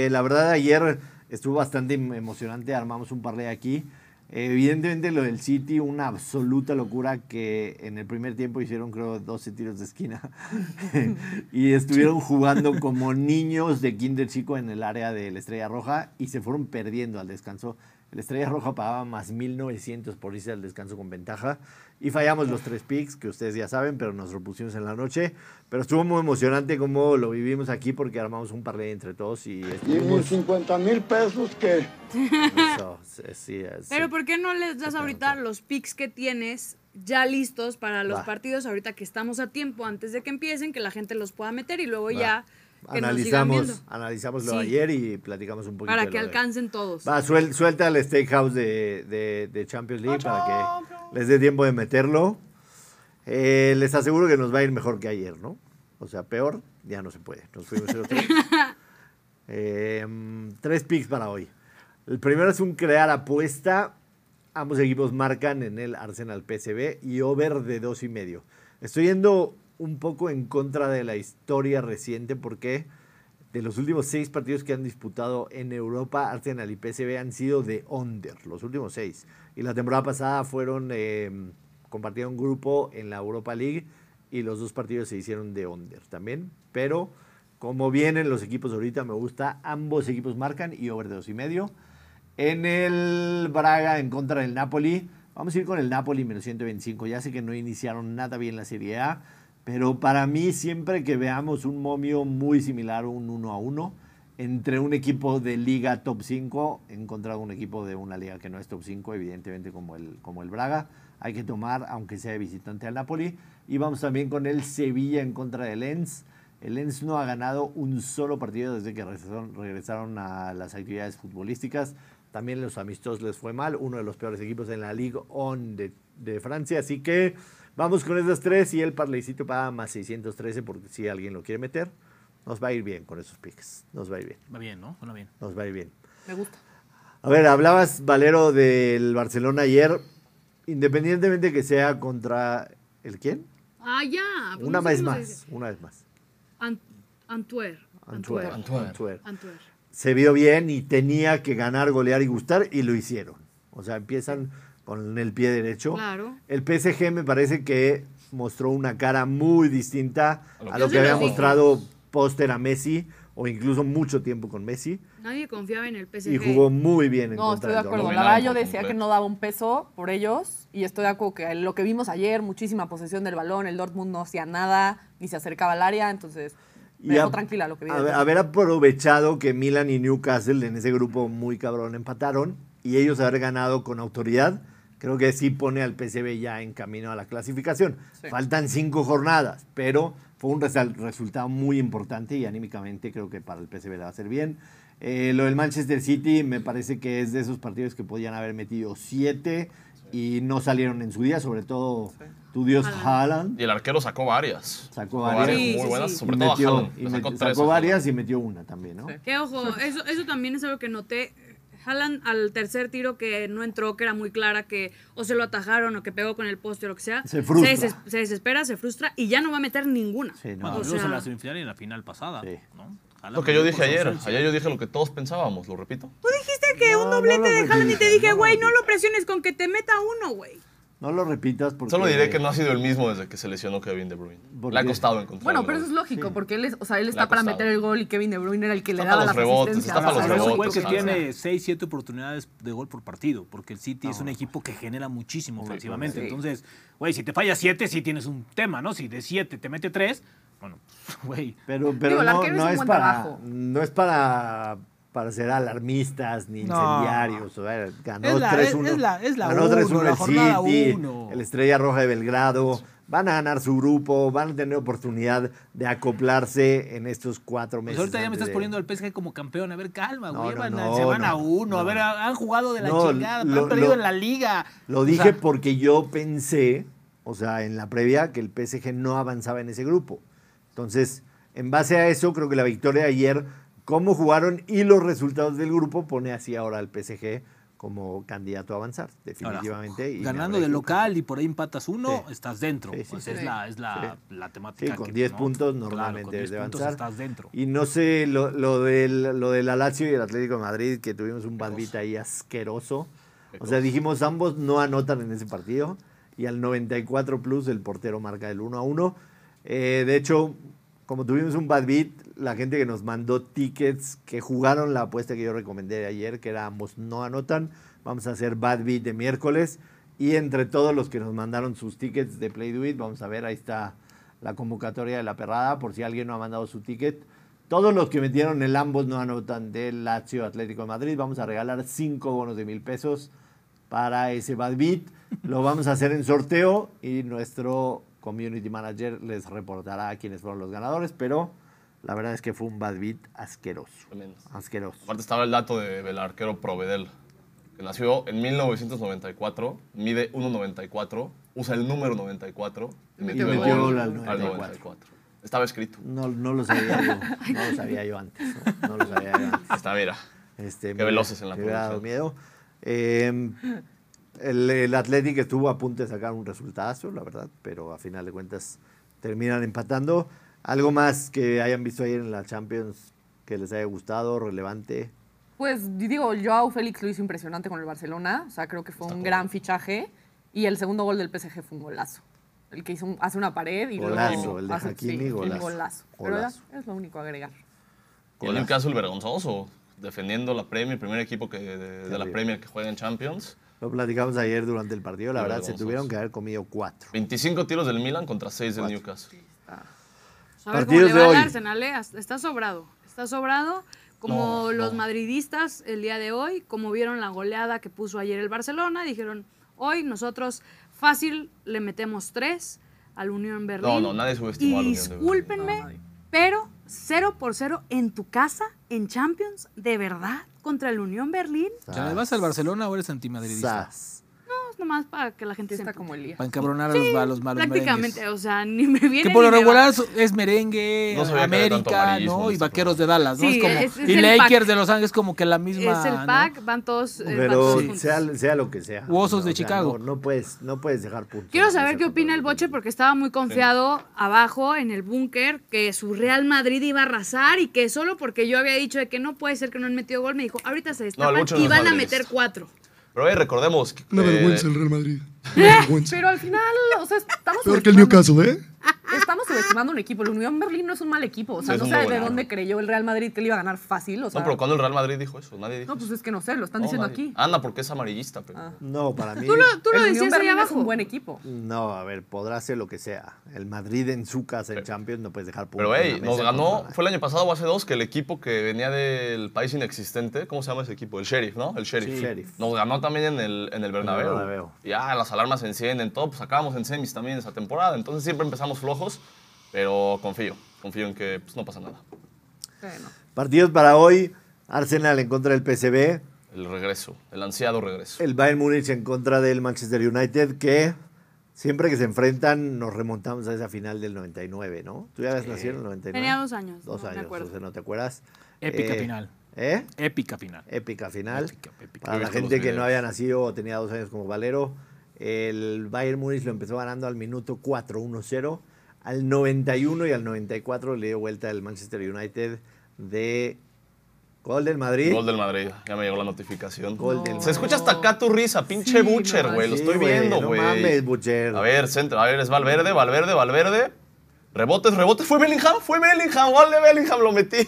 S1: Eh, la verdad, ayer estuvo bastante em- emocionante. Armamos un parlay aquí. Eh, evidentemente, lo del City, una absoluta locura que en el primer tiempo hicieron, creo, 12 tiros de esquina. y estuvieron jugando como niños de Kinder Chico en el área de la Estrella Roja y se fueron perdiendo al descanso. La Estrella Roja pagaba más 1900 por irse al descanso con ventaja. Y fallamos los tres picks, que ustedes ya saben, pero nos repusimos en la noche. Pero estuvo muy emocionante como lo vivimos aquí porque armamos un parlay entre todos y
S8: Y mis
S1: estuvimos.
S8: 50 mil pesos que
S1: Eso, sí, sí, sí.
S2: Pero ¿por qué no les das ahorita los picks que tienes ya listos para los
S1: Va.
S2: partidos ahorita que estamos a tiempo antes de que empiecen, que la gente los pueda meter y luego
S1: Va.
S2: ya que nos sigan viendo
S1: analizamos, analizamos lo
S2: Sí.
S1: de ayer y platicamos un poquito.
S2: para
S1: de
S2: que
S1: lo de-
S2: alcancen todos.
S1: Va, suel- suelta el steakhouse de, de- de Champions League para que les dé tiempo de meterlo. Eh, les aseguro que nos va a ir mejor que ayer, ¿no? O sea, peor, ya no se puede. Nos fuimos 0-3. Eh, mm, tres picks para hoy. El primero es un crear apuesta. Ambos equipos marcan en el Arsenal PCB y over de dos y medio. Estoy yendo un poco en contra de la historia reciente porque de los últimos seis partidos que han disputado en Europa, Arsenal y PSV han sido de under, los últimos seis. Y la temporada pasada fueron, eh, compartieron grupo en la Europa League y los dos partidos se hicieron de under también. Pero como vienen los equipos ahorita, me gusta, ambos equipos marcan y over de dos y medio. En el Braga en contra del Napoli. Vamos a ir con el Napoli menos 125. Ya sé que no iniciaron nada bien la Serie A, pero para mí siempre que veamos un momio muy similar, un 1 a 1, entre un equipo de liga top 5 en contra de un equipo de una liga que no es top 5, evidentemente como el, como el Braga, hay que tomar, aunque sea de visitante al Napoli. Y vamos también con el Sevilla en contra del Lens. El Lens no ha ganado un solo partido desde que regresaron, regresaron a las actividades futbolísticas. También los amistosos les fue mal, uno de los peores equipos en la Ligue 1 de, de Francia. Así que vamos con esas tres y el parleycito paga más 613 porque si alguien lo quiere meter, nos va a ir bien con esos picks. Nos va a ir bien,
S3: Va bien, ¿no? Suena bien.
S1: nos va a ir bien.
S6: Me gusta.
S1: A ver, hablabas, Valero, del Barcelona ayer. Independientemente que sea contra el quién,
S2: Ah, ya.
S6: pues
S1: una vez más, una vez más.
S2: Antuer.
S1: Antwerp,
S4: Antwerp.
S1: Antwerp.
S2: Antuer.
S1: se vio bien y tenía que ganar, golear y gustar y lo hicieron. O sea, empiezan con el pie derecho.
S2: Claro.
S1: El PSG me parece que mostró una cara muy distinta a
S2: Yo
S1: lo
S2: se
S1: que había
S2: lo dije.
S1: mostrado póster a Messi o incluso mucho tiempo con Messi
S2: Nadie confiaba en el PSG.
S1: y jugó muy bien en
S6: No,
S1: contra
S6: estoy de
S1: del
S6: acuerdo.
S1: Dortmund.
S6: La
S4: Donovan
S6: verdad, yo
S4: por
S6: decía que
S4: completo.
S6: no daba un peso por ellos y estoy de acuerdo que lo que vimos ayer, muchísima posesión del balón, el Dortmund no hacía nada, ni se acercaba al área, entonces me
S1: Y
S6: dejó
S1: a-
S6: tranquila lo que vi.
S1: a-
S6: del Dortmund.
S1: haber aprovechado que Milan y Newcastle en ese grupo muy cabrón empataron y ellos haber ganado con autoridad, creo que sí pone al PCB ya en camino a la clasificación.
S6: Sí.
S1: Faltan cinco jornadas, pero fue un resal- resultado muy importante y anímicamente creo que para el PCB le va a hacer bien. Eh, lo del Manchester City me parece que es de esos partidos que podían haber metido siete y no salieron en su día, sobre todo tu dios Haaland.
S4: Y el arquero sacó varias.
S1: Sacó varias. Sí,
S4: muy
S2: sí,
S4: buenas,
S2: sí.
S4: sobre
S1: Y
S4: todo
S1: metió-
S4: a Haaland.
S1: y
S4: Le sacó
S1: metió-
S4: tres.
S1: sacó
S4: a
S1: varias y metió una también, ¿no?
S6: Sí.
S2: Que ojo, eso, eso también es algo que noté. Jalan al tercer tiro que no entró, que era muy clara, que o se lo atajaron o que pegó con el poste o lo que sea.
S1: Se frustra.
S2: des- se desespera, se frustra y ya no va a meter ninguna.
S1: Sí, no.
S2: O
S3: Bueno, vimos
S2: sea,
S3: en la semifinal y en la final pasada.
S1: Sí.
S3: ¿no?
S4: Haaland.
S3: Ojalá
S4: Lo que yo
S3: por
S4: dije
S3: su
S4: ayer.
S3: ausencia.
S4: Ayer yo dije lo que todos pensábamos, lo repito.
S2: Tú dijiste que
S1: No,
S2: un
S1: no
S2: doblete
S1: lo
S2: de Jalan y te
S1: repitas,
S2: dije,
S1: no lo
S2: güey, no lo
S1: repitas.
S2: presiones con que te meta uno, güey.
S1: No lo repitas porque.
S4: Solo diré que no ha sido el mismo desde que se lesionó Kevin De Bruyne.
S1: ¿Por
S4: Le ha
S1: qué?
S4: costado encontrar.
S6: Bueno,
S4: el
S6: pero eso
S4: gol.
S6: es lógico, porque él, es- o sea, él
S4: Le
S6: está
S4: ha
S6: para
S4: costado.
S6: meter el gol y Kevin De Bruyne era el que le
S4: Está
S6: daba
S4: para
S6: las
S4: los rebotes,
S6: asistencias.
S4: está para los
S3: Ahora es un güey
S4: rebotes,
S3: que
S4: claro.
S3: tiene 6, 7 oportunidades de gol por partido, porque el City es un equipo que genera muchísimo ofensivamente. Entonces, güey, si te fallas 7, sí tienes un tema, ¿no? Si de 7 te mete 3, bueno, güey. Pues
S1: Pero, pero
S6: Digo, el
S1: no,
S6: arquero
S1: no
S6: hizo un
S1: es
S6: buen
S1: para,
S6: trabajo.
S1: no es para, para ser alarmistas ni
S3: No.
S1: incendiarios. o sea, ganó
S3: Es la-
S1: 3-1.
S3: es la- es la
S1: ganó
S3: uno,
S1: 3-1
S3: la
S1: el
S3: jornada
S1: City,
S3: uno.
S1: el Estrella Roja de Belgrado. Van a ganar su grupo, van a tener oportunidad de acoplarse en estos cuatro
S3: Pues
S1: meses.
S3: ahorita ya me
S1: antes
S3: estás
S1: de-
S3: poniendo al PSG como campeón. A ver, calma,
S1: No,
S3: güey.
S1: no,
S3: van a-
S1: no,
S3: se van
S1: no,
S3: a uno. A
S1: no.
S3: ver, han jugado de la
S1: No,
S3: chingada.
S1: lo-
S3: han perdido
S1: lo-
S3: en la liga.
S1: Lo
S3: O
S1: dije
S3: sea,
S1: porque yo pensé, o sea, en la previa, que el PSG no avanzaba en ese grupo. Entonces, en base a eso, creo que la victoria de ayer, cómo jugaron y los resultados del grupo, pone así ahora al PSG como candidato a avanzar,
S3: Ahora,
S1: definitivamente. y me
S3: ganando
S1: habré
S3: de
S1: equivocado.
S3: local y por ahí empatas uno,
S1: Sí.
S3: estás dentro.
S1: Sí, sí,
S3: Pues
S1: sí.
S3: es la, es la, la temática.
S1: Sí, con
S3: que,
S1: 10
S3: ¿no?
S1: puntos
S3: Claro, con
S1: normalmente
S3: 10
S1: debe
S3: puntos
S1: avanzar.
S3: estás dentro.
S1: Y no sé, lo, lo del, lo del Lazio y el Atlético de Madrid, que tuvimos un bandita ahí asqueroso. O sea, dijimos, ambos no anotan en ese partido. Y al 94 plus, el portero marca el 1 a 1. Eh, de hecho, como tuvimos un bad beat, la gente que nos mandó tickets que jugaron la apuesta que yo recomendé ayer, que era ambos no anotan, Vamos a hacer Bad Beat de miércoles. Y entre todos los que nos mandaron sus tickets de Play Do It, vamos a ver, ahí está la convocatoria de la perrada, por si alguien no ha mandado su ticket. Todos los que metieron el ambos no anotan del Lazio Atlético de Madrid, vamos a regalar cinco bonos de mil pesos para ese Bad Beat. Lo vamos a hacer en sorteo y nuestro community manager les reportará a quiénes fueron los ganadores, pero la verdad es que fue un Bad Beat asqueroso.
S4: Tremendo.
S1: Asqueroso.
S4: Aparte estaba el dato de- del arquero Provedel, que nació en 1994, mide 1.94, usa el número 94 y metió,
S1: metió
S4: el
S1: gol
S4: gol
S1: al
S4: al
S1: 94.
S4: 94. Estaba escrito.
S1: No, no lo sabía yo. No lo sabía yo antes. No, No lo sabía yo antes.
S4: Esta mira.
S1: Este,
S4: Qué veloces en la
S1: me hubiera dado
S4: producción.
S1: miedo. Eh, el, el Athletic estuvo a punto de sacar un resultado, la verdad, pero a final de cuentas terminan empatando. ¿Algo más que hayan visto ayer en la Champions que les haya gustado, relevante?
S6: Pues digo, Joao Félix lo hizo impresionante con el Barcelona. O sea, creo que fue un gran fichaje. Y el segundo gol del PSG fue un golazo. El que hizo un- hace una pared y
S1: Golazo,
S6: luego
S1: el de
S6: hace-
S1: Hakimi,
S6: sí,
S1: golazo.
S6: Pero ya
S1: Golazo.
S6: es lo único a agregar.
S4: Y en un caso el vergonzoso, defendiendo la Premier, el primer equipo que, de, de la
S1: Terrible.
S4: Premier que juega en Champions.
S1: Lo platicamos ayer durante el partido, la
S4: Muy
S1: verdad, se
S4: vergonzoso.
S1: tuvieron que haber comido cuatro.
S4: 25 tiros del Milan contra 6 del Newcastle.
S2: A ver
S1: Partidos
S2: cómo le
S1: de
S2: va al
S1: hoy.
S2: Arsenal, ¿eh? Hasta- Está sobrado. Está sobrado. Como
S4: No,
S2: los
S4: no.
S2: madridistas el día de hoy, como vieron la goleada que puso ayer el Barcelona, dijeron, hoy nosotros fácil le metemos tres al Unión Berlín.
S4: No, no, nadie subestimó
S2: Y
S4: al Unión de Berlín.
S2: discúlpenme, pero cero por cero en tu casa, en Champions, ¿de verdad? ¿Contra el Unión Berlín?
S3: ¿Ya le vas al Barcelona o eres antimadridista?
S1: Sas.
S2: Pues nomás para que la gente
S6: Sí
S2: se
S6: está
S2: empute.
S6: como el día.
S3: Para encabronar a los, a los malos
S2: Prácticamente,
S3: merengues.
S2: o sea, ni me viene
S3: Que por lo
S2: ni me va.
S3: regular so- es merengue,
S4: No sabía que había tanto
S3: América,
S4: amarillismo
S3: ¿no?
S4: en
S3: Y
S4: este
S3: vaqueros de Dallas, ¿no?
S2: Sí,
S3: es como,
S2: es- es
S3: y
S2: el
S3: Lakers
S2: pack.
S3: de Los Ángeles como que la misma,
S2: Es el
S3: ¿no?
S2: pack, van todos, eh, van todos
S1: Pero
S2: juntos.
S1: sea, sea lo que sea.
S3: U Osos de
S1: O sea,
S3: Chicago.
S1: No, no puedes, no puedes dejar puntos.
S2: Quiero
S1: en
S2: saber
S1: ese
S2: qué opina el
S1: partido.
S2: Boche porque estaba muy confiado abajo en el búnker que su Real Madrid iba a arrasar y que solo porque yo había dicho de que no puede ser que no han metido gol, me dijo, ahorita se destapan
S4: Boche no
S2: y
S4: es
S2: van a
S4: madridista.
S2: meter cuatro.
S4: Pero eh, recordemos que...
S5: Una
S4: eh,
S5: vergüenza el Real Madrid. Una vergüenza.
S6: Pero al final, o sea, estamos
S5: Peor que el
S6: subestimando-
S5: Newcastle, ¿eh?
S6: Estamos subestimando un equipo. El Unión Berlín no es un mal equipo. O sea,
S4: Es
S6: no
S4: un
S6: sé
S4: muy
S6: de
S4: buen
S6: dónde
S4: equipo.
S6: creyó el Real Madrid que le iba a ganar fácil. O
S4: No,
S6: sea, no,
S4: pero cuando el Real Madrid dijo eso, nadie dijo
S6: pues
S4: eso.
S6: es que no sé, lo están
S4: No,
S6: diciendo
S4: nadie.
S6: aquí. Ah.
S4: Anda, porque es amarillista, pero...
S1: No, para mí.
S2: Tú lo, tú lo
S6: el Unión
S2: decías ahí
S6: Berlín es
S2: abajo.
S6: un buen equipo.
S1: No, a ver, podrá ser lo que sea. El Madrid en su casa en Champions no puedes dejar
S4: Pero,
S1: puntos en
S4: hey,
S1: la
S4: nos
S1: mesa
S4: ganó,
S1: contra nadie.
S4: fue el año pasado o hace dos, que el equipo que venía del país inexistente, ¿cómo se llama ese equipo? El Sheriff, ¿no? El Sheriff.
S1: Sí. Sheriff.
S4: Nos ganó también en el, en el Bernabéu.
S1: Bernabéu.
S4: Ya, las alarmas se encienden, todo, pues acabamos en semis también esa temporada. Entonces siempre empezamos flojos, pero confío, confío en que pues, no pasa nada.
S6: Bueno.
S1: Partidos para hoy: Arsenal en contra del PSV,
S4: El regreso, el ansiado regreso.
S1: el Bayern Múnich en contra del Manchester United, que siempre que se enfrentan nos remontamos a esa final del 99, ¿no? ¿Tú ya habías nacido en el 99?
S2: Tenía dos años,
S1: Dos
S2: no me
S1: años,
S2: acuerdo.
S1: o sea, no te acuerdas.
S3: Épica
S1: Eh,
S3: final.
S1: ¿Eh?
S3: Épica final.
S1: Épica final.
S3: Épica, épica.
S1: Para
S4: He
S1: la
S4: visto los
S1: gente que no
S4: videos.
S1: había nacido o tenía dos años como Valero, el Bayern Múnich lo empezó ganando al minuto 4-1-0. Al 91 y al 94 le dio vuelta el Manchester United de gol del Madrid.
S4: Gol del Madrid, ya me llegó la notificación.
S1: Gol del
S4: Se escucha hasta acá tu risa, pinche Butcher, güey, lo
S1: Sí,
S4: estoy
S1: güey,
S4: viendo,
S1: no
S4: güey.
S1: mames, Butcher.
S4: A ver, centro, a ver, es Valverde, Valverde, Valverde. Rebotes, rebotes. ¿Fue Bellingham? Fue Bellingham. Gol de Bellingham, lo metí.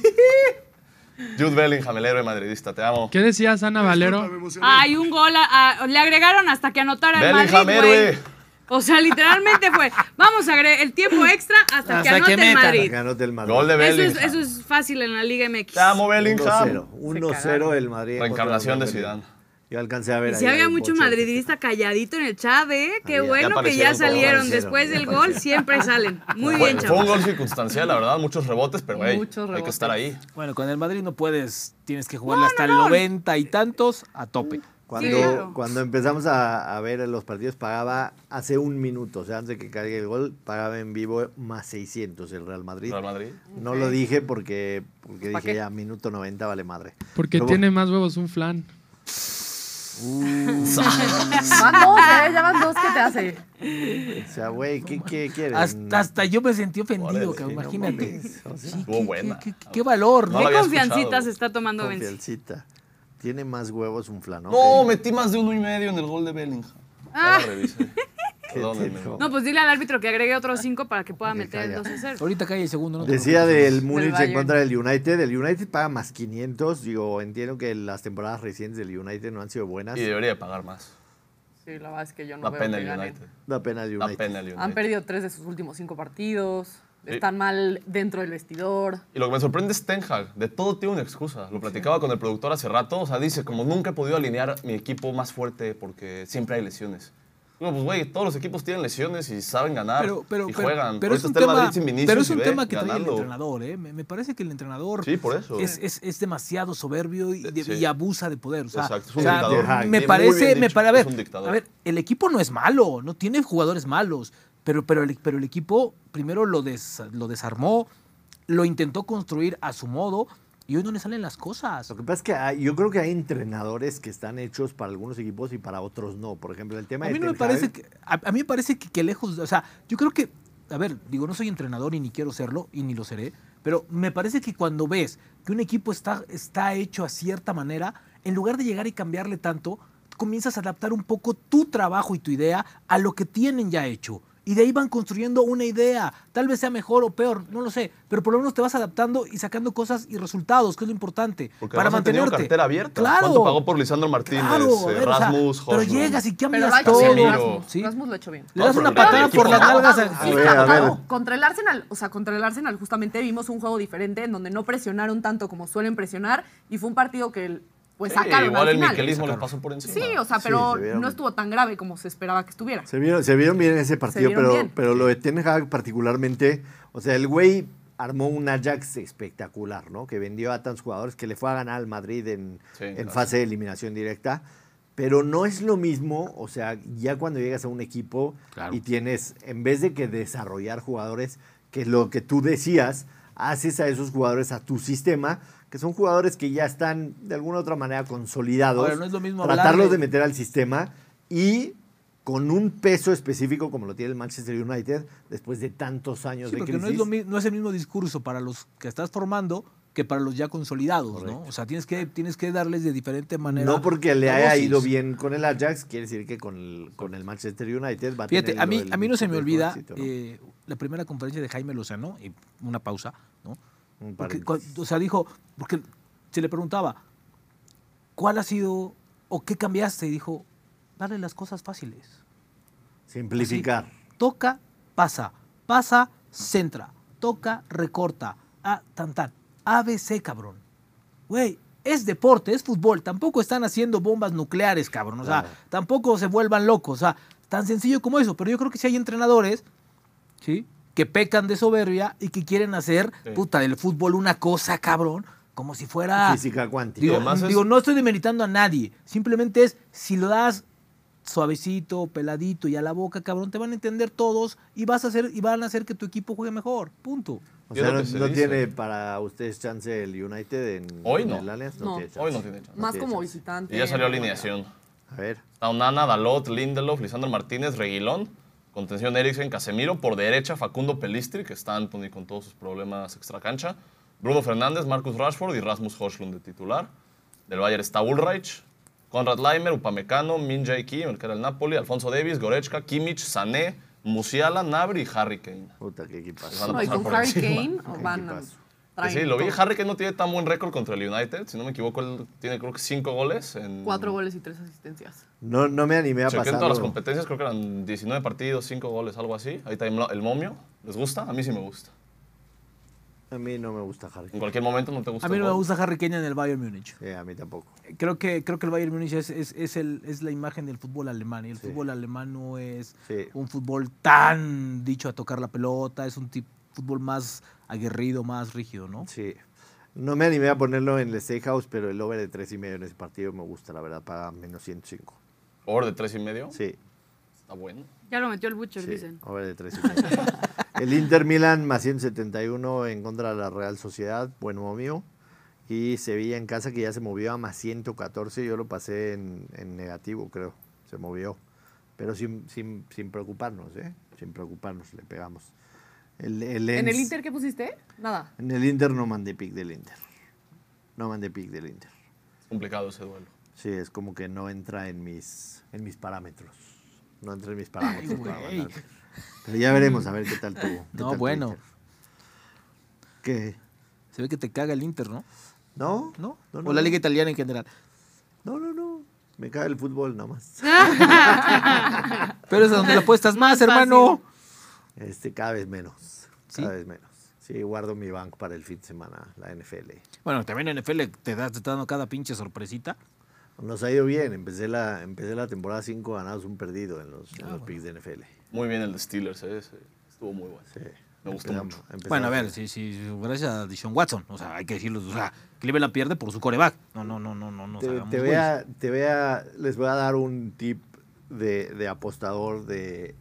S4: Jude Bellingham, el héroe madridista, te amo.
S7: ¿Qué decías, Ana
S5: Disculpa, me
S7: Valero?
S5: emocioné.
S2: Hay un gol, a- a- le agregaron hasta que anotara el
S4: Bellingham,
S2: Madrid,
S4: héroe.
S2: güey. O sea, literalmente fue, vamos a agregar el tiempo extra hasta, que
S3: Hasta
S2: anote
S3: que
S2: el
S3: metan.
S2: Madrid.
S1: Ganó del Madrid.
S4: Gol de
S2: Eso es,
S4: Bellingham.
S2: eso es fácil en la Liga MX.
S4: Te amo,
S1: 1-0.
S4: Bellingham.
S1: 1-0 el Madrid.
S4: Reencarnación
S1: contra el
S4: de
S1: Madrid.
S4: Zidane.
S1: Yo alcancé a ver.
S2: Y si
S1: ahí
S2: había
S1: al
S2: mucho
S1: Butcher.
S2: madridista calladito en el chat, ¿eh? Qué
S1: Había. Ah, Ya
S2: bueno que ya
S4: aparecieron,
S2: salieron.
S1: aparecieron,
S2: Después
S1: ya
S2: del gol
S1: aparecieron.
S2: siempre salen. Muy
S4: Fue,
S2: bien,
S4: fue un
S2: chavos.
S4: gol circunstancial, la verdad, muchos rebotes, pero hey,
S6: Muchos
S4: hay que
S6: rebotes.
S4: estar ahí.
S3: Bueno, con el Madrid no puedes, tienes que jugarle hasta el 90 y tantos a tope.
S1: Cuando,
S2: Sí, claro.
S1: cuando empezamos a, a ver los partidos pagaba hace un minuto, o sea, antes de que caiga el gol, pagaba en vivo más 600 el Real Madrid.
S4: Real Madrid.
S1: No lo dije porque, porque
S6: ¿Pa'
S1: dije
S6: qué?
S1: ya, minuto 90 vale madre.
S7: Porque
S1: Pero
S7: tiene más huevos un flan.
S1: Ah,
S6: Van dos, ¿eh? Ya van dos que te hace.
S1: bueno, O sea, güey, ¿qué, qué quieres?
S3: Hasta, hasta yo me sentí ofendido,
S4: Órale,
S3: cabrón,
S1: Sí, no
S3: imagínate.
S1: mames, o sea,
S3: Sí,
S4: Estuvo
S3: qué-
S4: buena.
S3: qué- qué- qué valor,
S4: No
S3: ¿no?
S2: ¿Qué
S4: la había
S2: confiancitas
S4: escuchado.
S2: está tomando Benz?
S1: confiancita. Tiene más huevos un flan, ¿ok?
S2: Ah.
S4: No, metí más de uno y medio en el gol de Bellingham. Ya la revisé. perdónenme.
S2: No, pues dile al árbitro que agregue otros cinco para que pueda
S1: Ok,
S2: meter el
S1: calla.
S2: 2 a 0.
S3: Ahorita cae el segundo, ¿no? te
S1: Decía
S3: preocupes.
S1: del Múnich en
S6: Bayern.
S1: contra del United. El United paga más 500. Digo, entiendo que las temporadas recientes del United no han sido buenas.
S4: Y debería de pagar más.
S6: Sí, la verdad es que yo no
S4: Da
S6: veo
S4: pena
S6: que
S4: el
S6: ganen.
S4: United.
S1: Da pena el
S4: Da
S1: United.
S4: pena el
S6: Han
S4: United.
S6: perdido tres de sus últimos cinco partidos.
S4: Sí.
S6: Están mal dentro del vestidor.
S4: Y lo que me sorprende es Ten Hag. De todo tiene una excusa. Lo platicaba con el productor hace rato. O sea, dice, como nunca he podido alinear mi equipo más fuerte porque siempre hay lesiones. Digo, pues, güey, todos los equipos tienen lesiones y saben ganar
S3: Pero, pero,
S4: y
S3: pero-
S4: juegan.
S3: pero
S4: Por
S3: es
S4: eso
S3: un
S4: está el
S3: tema,
S4: Madrid sin Vinicius
S3: pero es
S4: y
S3: un
S4: ve
S3: tema que trae el
S4: ganando.
S3: entrenador, ¿eh? Me, me parece que el entrenador
S4: Sí, por eso.
S3: es, es- es demasiado soberbio y, de-
S4: Sí.
S3: y abusa de poder. O sea,
S4: Exacto, es un
S3: o sea,
S4: dictador.
S3: me-
S4: Bien,
S3: Me
S4: muy
S3: parece,
S4: bien
S3: me
S4: dicho,
S3: pare- a ver,
S4: es un dictador.
S3: a ver, el equipo no es malo, no tiene jugadores malos, pero, pero, el, pero el equipo primero lo, des- lo desarmó, lo intentó construir a su modo y hoy no le salen las cosas.
S1: Lo que pasa es que hay- yo creo que hay entrenadores que están hechos para algunos equipos y para otros no. Por ejemplo, el tema
S3: A
S1: de
S3: mí no
S1: Ten
S3: me parece
S1: Hag,
S3: que, a, a mí me parece que, que lejos, o sea, yo creo que, a ver, digo, no soy entrenador y ni quiero serlo y ni lo seré, pero me parece que cuando ves que un equipo está, está hecho a cierta manera, en lugar de llegar y cambiarle tanto, comienzas a adaptar un poco tu trabajo y tu idea a lo que tienen ya hecho. Y de ahí van construyendo una idea. Tal vez sea mejor o peor, no lo sé. Pero por lo menos te vas adaptando y sacando cosas y resultados, que es lo importante.
S4: Porque
S3: para
S4: además han tenido
S3: mantenerte.
S4: cartera abierta.
S3: Claro.
S4: ¿Cuánto pagó por Lisandro Martínez,
S1: eh,
S3: Claro, a ver, o sea,
S4: Erasmus,
S3: Pero
S4: Hojlund?
S3: llegas y
S6: Pero lo
S3: cambias
S6: ha
S3: todo.
S6: hecho bien
S4: Casemiro.
S6: Rasmus.
S3: Sí.
S6: Rasmus lo ha hecho bien.
S3: Le das
S4: No,
S3: una
S4: pero
S3: patada
S4: el
S3: por las
S4: equipo no.
S3: nalgas. a-
S6: Sí,
S1: A ver, a
S6: claro.
S1: ver.
S6: Contra el Arsenal, o sea, contra el Arsenal justamente vimos un juego diferente en donde no presionaron tanto como suelen presionar y fue un partido que pues
S4: Sí,
S6: sacaron
S4: Igual
S6: al
S4: el
S6: final.
S4: miquelismo le pasó por encima.
S6: Sí, o sea,
S1: Sí,
S6: pero
S1: se vieron.
S6: no estuvo tan grave como se esperaba que estuviera.
S1: Se vieron, se vieron bien en ese partido,
S6: vieron
S1: pero,
S6: bien.
S1: pero lo de Ten Hag particularmente, o sea, el güey armó un Ajax espectacular, ¿no? Que vendió a tantos jugadores que le fue a ganar al Madrid en,
S4: Sí,
S1: en
S4: claro.
S1: fase de eliminación directa. Pero no es lo mismo, o sea, ya cuando llegas a un equipo
S3: Claro.
S1: y tienes, en vez de que desarrollar jugadores, que es lo que tú decías, haces a esos jugadores a tu sistema, que son jugadores que ya están de alguna u otra manera consolidados.
S3: Ahora, no es lo mismo
S1: tratarlos
S3: hablarle-
S1: de meter al sistema y con un peso específico como lo tiene el Manchester United después de tantos años
S3: Sí,
S1: de
S3: porque
S1: crisis.
S3: no es, lo mi- no es el mismo discurso para los que estás formando que para los ya consolidados, ¿no? O sea, tienes que, tienes que darles de diferente manera.
S1: No porque le
S3: la
S1: haya
S3: dosis.
S1: ido bien con el Ajax, quiere decir que con el, con el Manchester United va a
S3: Fíjate,
S1: tener
S3: a mí,
S1: el-
S3: a mí no se me
S1: el
S3: olvida
S1: éxito, ¿no?
S3: eh, la primera conferencia de Jaime Lozano, y una pausa, ¿no?
S1: Un
S3: Porque
S1: paréntesis.
S3: cua- o sea, dijo, porque se le preguntaba, ¿cuál ha sido o qué cambiaste? Y dijo, darle las cosas fáciles.
S1: Simplificar.
S3: Toca, pasa. Pasa, centra. Toca, recorta. Ah, tan, tan. ABC, cabrón. Güey, es deporte, es fútbol. Tampoco están haciendo bombas nucleares, cabrón. O sea,
S1: Claro.
S3: tampoco se vuelvan locos. O sea, tan sencillo como eso. Pero yo creo que si hay entrenadores, ¿sí? Que pecan de soberbia y que quieren hacer,
S4: Sí.
S3: puta, del fútbol una cosa, cabrón. Como si fuera...
S1: Física cuántica.
S3: ah, Digo,
S4: además es-
S3: digo, no estoy demeritando a nadie. Simplemente es, si lo das suavecito, peladito y a la boca, cabrón, te van a entender todos y vas a hacer y van a hacer que tu equipo juegue mejor. Punto.
S1: o
S4: yo
S1: sea,
S4: lo
S1: no,
S4: que se
S1: no
S4: dice.
S1: tiene para ustedes chance el United en,
S4: Hoy
S1: en
S4: no.
S1: el Allianz.
S6: No,
S1: tiene chance.
S4: Hoy no tiene chance.
S6: Más
S1: tiene
S6: como
S1: chance.
S6: visitante.
S4: Y ya salió
S6: no,
S4: alineación.
S1: A ver.
S4: Está Onana, Dalot, Lindelof, Lisandro Martínez, Reguilón, contención Eriksen, Casemiro, por derecha Facundo Pelistri, que está Anthony con todos sus problemas extracancha, Bruno Fernández, Marcus Rashford y Rasmus Hojlund de titular. Del Bayern está Ulreich, Konrad Leimer, Upamecano, Min Jae Kim, el que era el Napoli, Alfonso Davis, Goretzka, Kimmich, Sané, Musiala, Nabri y Harry Kane.
S1: Puta, qué equipazo.
S4: Van a
S6: No, y
S4: pasar
S6: con
S4: por
S6: Harry
S4: encima.
S6: Kane van a...
S1: equipazo.
S4: Que
S6: traen
S4: Sí, lo vi.
S6: todo.
S4: Harry Kane no tiene tan buen récord contra el United. Si no me equivoco, él tiene creo que cinco goles. En...
S6: Cuatro goles y tres asistencias.
S1: No, no me animé a
S4: Chequé en todas las
S1: pasarlo.
S4: competencias, creo que eran 19 partidos, 5 goles, algo así. Ahí está el mo- el momio. ¿Les gusta? A mí sí me gusta.
S1: A mí no me gusta Harry.
S4: En cualquier momento no te gusta.
S3: A mí no
S4: el
S3: me
S4: momio.
S3: gusta Harry Kane en el Bayern Múnich.
S1: Sí, a mí tampoco.
S3: Creo que, creo que el Bayern Múnich es, es, es el, es la imagen del fútbol alemán. Y el fútbol alemán no es
S1: Sí.
S3: un fútbol tan dicho a tocar la pelota. Es un tip- fútbol más aguerrido, más rígido, ¿no?
S1: Sí. No me animé a ponerlo en el Steakhouse, pero el over de 3,5 en ese partido me gusta, la verdad, para menos 105.
S4: Over de 3 y medio.
S1: Sí,
S4: Está bueno.
S2: Ya lo metió el Butcher,
S1: sí,
S2: dicen.
S1: over de 3,5. el Inter Milan más 171 en contra de la Real Sociedad, buen momio. Y Sevilla en casa que ya se movió a más 114, yo lo pasé en, en negativo, creo. Se movió. Pero sin, sin, sin preocuparnos, ¿eh? Sin preocuparnos, le pegamos. El, el
S6: ¿En el
S1: Lens-
S6: Inter qué pusiste? Nada.
S1: En el Inter no mandé pick del Inter. No mandé pick del Inter.
S4: Es complicado ese duelo.
S1: Sí, es como que no entra en mis, en mis parámetros. No entré en mis parámetros.
S3: Ay,
S1: para
S3: güey.
S1: hablar. Pero ya veremos a ver qué tal tuvo. qué
S3: No,
S1: tal
S3: bueno.
S1: Twitter. ¿Qué?
S3: Se ve que te caga el Inter, ¿no?
S1: ¿No?
S3: ¿No?
S1: No,
S3: o
S1: no,
S3: la
S1: no.
S3: Liga Italiana en general.
S1: No, no, no. Me cae el fútbol nada más.
S3: Pero es a donde le apuestas más, hermano.
S1: Este, cada vez menos.
S3: ¿Sí?
S1: Cada vez menos. Sí, guardo mi banco para el fin de semana, la NFL.
S3: Bueno, también en NFL te, da, te está dando cada pinche sorpresita.
S1: Nos ha ido bien. Empecé la, empecé la temporada 5 ganados, un perdido en los, en
S3: Ah,
S1: los picks de NFL.
S4: Muy bien el de Steelers, ¿eh? Ese Estuvo muy bueno.
S1: Sí.
S4: Me gustó
S1: Empezamos-
S4: mucho.
S1: empezamos
S3: Bueno, a ver,
S1: así.
S3: sí, sí, gracias a Dishon Watson. O sea, hay que decirlo. O sea, Cleveland pierde por su coreback. No, no, no, no, no, no.
S1: Te, te vea, te vea, les voy a dar un tip de, de apostador de...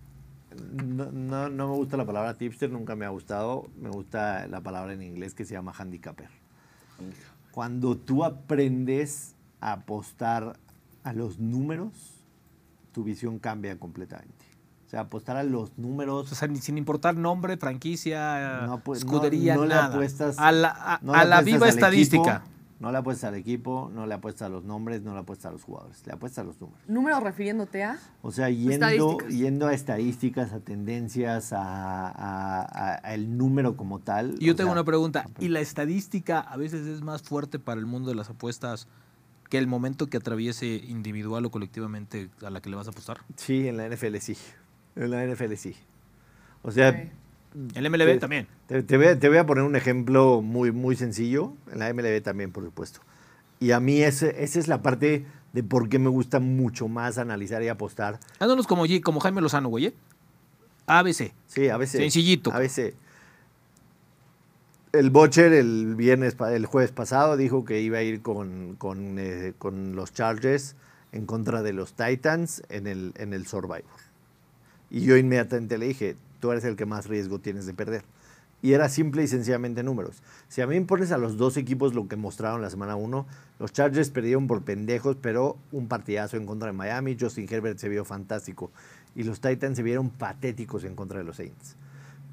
S1: No, no, no me gusta la palabra tipster, nunca me ha gustado. Me gusta la palabra en inglés que se llama handicapper. Cuando tú aprendes a apostar a los números, tu visión cambia completamente. O sea, apostar a los números...
S3: O sea, ni- sin importar nombre, franquicia,
S1: No, pues, no-
S3: escudería,
S1: no le
S3: nada.
S1: apuestas-
S3: a la, a-
S1: No
S3: a
S1: le
S3: la
S1: apuestas
S3: viva
S1: al equipo,
S3: estadística.
S1: no le apuestas al equipo, no le apuestas a los nombres, no le apuestas a los jugadores, le apuestas a los números.
S6: Números refiriéndote a.
S1: O sea, yendo,
S2: Estadísticas.
S1: yendo a estadísticas, a tendencias, a, a- a- a el número como tal.
S3: Y yo
S1: o
S3: tengo
S1: sea,
S3: una pregunta. ¿Y la estadística a veces es más fuerte para el mundo de las apuestas que el momento que atraviese individual o colectivamente a la que le vas a apostar?
S1: Sí, en la NFL sí. En la NFL sí. O sea, Mm,
S3: El MLB
S1: Sí.
S3: también.
S1: te, te voy, a- te voy a poner un ejemplo muy, muy sencillo. En la MLB también, por supuesto. Y a mí ese- esa es la parte de por qué me gusta mucho más analizar y apostar.
S3: Dándonos como, G- como Jaime Lozano, güey. ¿eh? ABC.
S1: Sí, a veces.
S3: Sencillito.
S1: A veces. El Bocher el viernes, pa- el jueves pasado dijo que iba a ir con, con, eh, con los Chargers en contra de los Titans en el, en el Survivor. Y yo inmediatamente le dije, tú eres el que más riesgo tienes de perder. Y era simple y sencillamente números. Si a mí me pones a los dos equipos lo que mostraron la semana 1, los Chargers perdieron por pendejos, pero un partidazo en contra de Miami, Justin Herbert se vio fantástico y los Titans se vieron patéticos en contra de los Saints.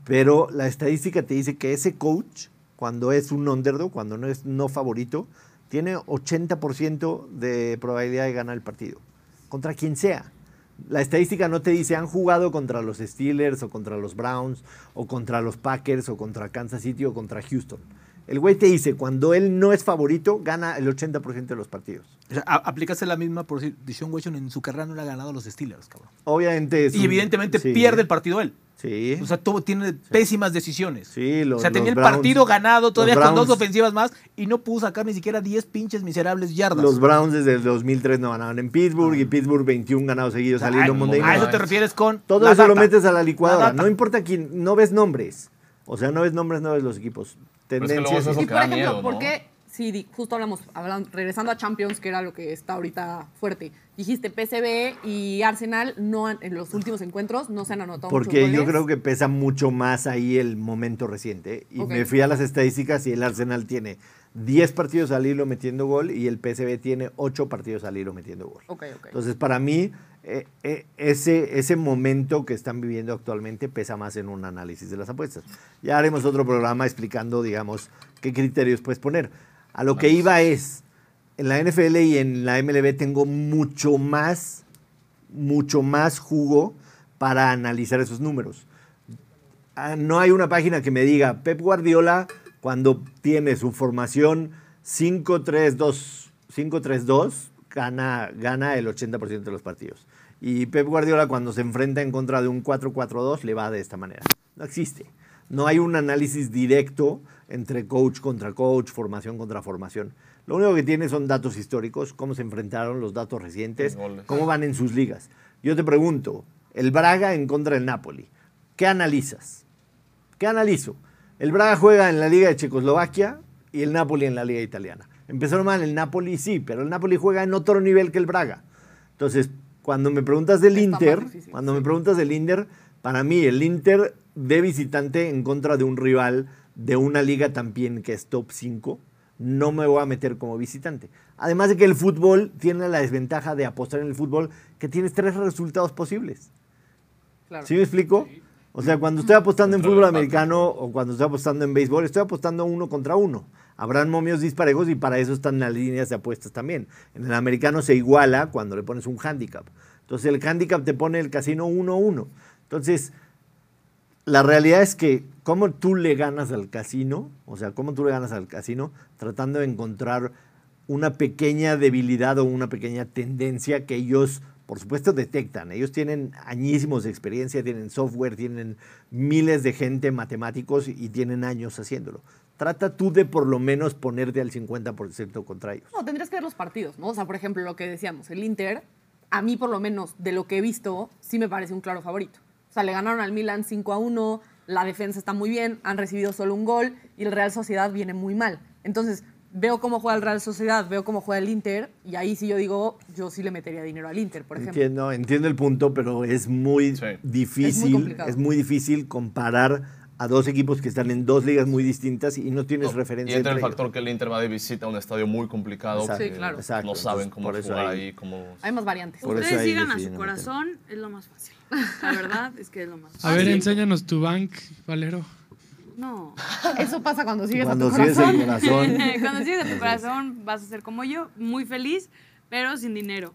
S1: Pero la estadística te dice que ese coach, cuando es un underdog, cuando no es no favorito, tiene 80% de probabilidad de ganar el partido. Contra quien sea. La estadística no te dice han jugado contra los Steelers o contra los Browns o contra los Packers o contra Kansas City o contra Houston. El güey te dice cuando él no es favorito, gana el 80% de los partidos.
S3: O sea, a- aplicaste la misma por decir, Deshaun Watson en su carrera no le ha ganado a los Steelers, cabrón.
S1: Obviamente es
S3: Y
S1: un-
S3: evidentemente
S1: sí,
S3: pierde el partido él.
S1: Sí.
S3: O sea, tuvo, tiene pésimas decisiones.
S1: Sí, los-
S3: o sea, tenía el
S1: los Browns-
S3: partido ganado
S1: los
S3: todavía con dos
S1: Browns-
S3: ofensivas más y no pudo sacar ni siquiera 10 pinches miserables yardas.
S1: Los Browns desde el 2003 no ganaban en Pittsburgh y Pittsburgh 21 ganados seguidos
S3: O sea,
S1: saliendo
S3: a-
S1: Monday
S3: A
S1: Night.
S3: Ah. eso te refieres con.
S1: Todo
S3: la
S1: eso lo
S3: data.
S1: metes a la
S3: La
S1: licuadora.
S3: data.
S1: No importa quién, no ves nombres. O sea, no ves nombres, no ves los equipos.
S4: es que luego
S1: Tendencias.
S4: eso
S6: Y
S4: Lo que
S6: por
S4: da
S6: ejemplo,
S4: miedo,
S6: ¿por
S4: ¿no?
S6: qué? Si di- justo hablamos, hablan- regresando a Champions, que era lo que está ahorita fuerte, dijiste PSV y Arsenal no han- en los últimos encuentros no se han anotado
S1: porque
S6: muchos
S1: yo
S6: goles.
S1: creo que pesa mucho más ahí el momento reciente. Y
S6: Ok.
S1: me fui a las estadísticas y el Arsenal tiene 10 partidos al hilo metiendo gol y el PSV tiene 8 partidos al hilo metiendo gol.
S6: Ok, ok.
S1: Entonces, para mí, eh, eh, ese, ese momento que están viviendo actualmente pesa más en un análisis de las apuestas. Ya haremos otro programa explicando, digamos, qué criterios puedes poner. A lo que iba es, en la NFL y en la MLB tengo mucho más, mucho más jugo para analizar esos números. Ah, No hay una página que me diga, Pep Guardiola, cuando tiene su formación 5-3-2, 5-3-2, gana, gana el 80% de los partidos. Y Pep Guardiola, cuando se enfrenta en contra de un 4-4-2, le va de esta manera. No existe. No hay un análisis directo entre coach contra coach, formación contra formación. Lo único que tiene son datos históricos, cómo se enfrentaron, los datos recientes,
S4: Los goles.
S1: cómo van en sus ligas. Yo te pregunto, el Braga en contra del Napoli, ¿qué analizas? ¿Qué analizo? El Braga juega en la Liga de Checoslovaquia y el Napoli en la Liga Italiana. Empezaron mal el Napoli, sí, pero el Napoli juega en otro nivel que el Braga. Entonces, cuando me preguntas del
S6: Está más
S1: Inter,
S6: difícil,
S1: cuando me preguntas del Inter, para mí el Inter de visitante en contra de un rival de una liga también que es top 5, no me voy a meter como visitante. Además de que el fútbol tiene la desventaja de apostar en el fútbol que tienes tres resultados posibles.
S6: Claro.
S1: ¿Sí me explico? O sea, cuando estoy apostando en
S4: Contra el
S1: fútbol
S4: empate.
S1: americano o cuando estoy apostando en béisbol, estoy apostando uno contra uno. Habrán momios disparejos y para eso están las líneas de apuestas también. En el americano se iguala cuando le pones un handicap. Entonces el handicap te pone el casino 1-1. Entonces, la realidad es que cómo tú le ganas al casino, o sea, cómo tú le ganas al casino tratando de encontrar una pequeña debilidad o una pequeña tendencia que ellos, por supuesto, detectan. Ellos tienen añísimos de experiencia, tienen software, tienen miles de gente, matemáticos y tienen años haciéndolo. Trata tú de por lo menos ponerte al 50% contra ellos.
S6: No, tendrías que ver los partidos, ¿no? O sea, por ejemplo, lo que decíamos, el Inter, a mí por lo menos, de lo que he visto, sí me parece un claro favorito. O sea, le ganaron al Milan 5 a 1, la defensa está muy bien, han recibido solo un gol y el Real Sociedad viene muy mal. Entonces, veo cómo juega el Real Sociedad, veo cómo juega el Inter, y ahí sí yo digo, yo sí le metería dinero al Inter, por ejemplo.
S1: Entiendo, entiendo el punto, pero es muy
S4: Sí.
S1: difícil,
S6: Es
S1: es
S6: muy
S1: muy,
S6: complicado.
S1: difícil comparar a dos equipos que están en dos ligas muy distintas y no tienes
S4: Y
S1: referencia.
S4: entra el
S1: entre
S4: factor que el Inter va de visita a un estadio muy complicado.
S1: Exacto,
S4: que
S6: Sí, claro.
S1: exacto.
S4: No saben
S1: Entonces,
S4: cómo
S1: por eso
S4: jugar
S1: ahí-
S4: ahí, cómo...
S6: Hay más variantes.
S1: Por eso
S2: Ustedes
S1: ahí
S2: sigan a
S1: decidí
S2: su
S1: no
S2: corazón, es lo más fácil. La verdad es que es lo más
S7: A
S1: Ah,
S2: fácil.
S7: ver, enséñanos tu bank, Valero.
S2: No.
S6: Eso pasa cuando sigues
S1: Cuando
S6: a tu corazón.
S1: sigues el corazón.
S2: Cuando llegues a tu corazón vas a ser como yo, muy feliz, pero sin dinero.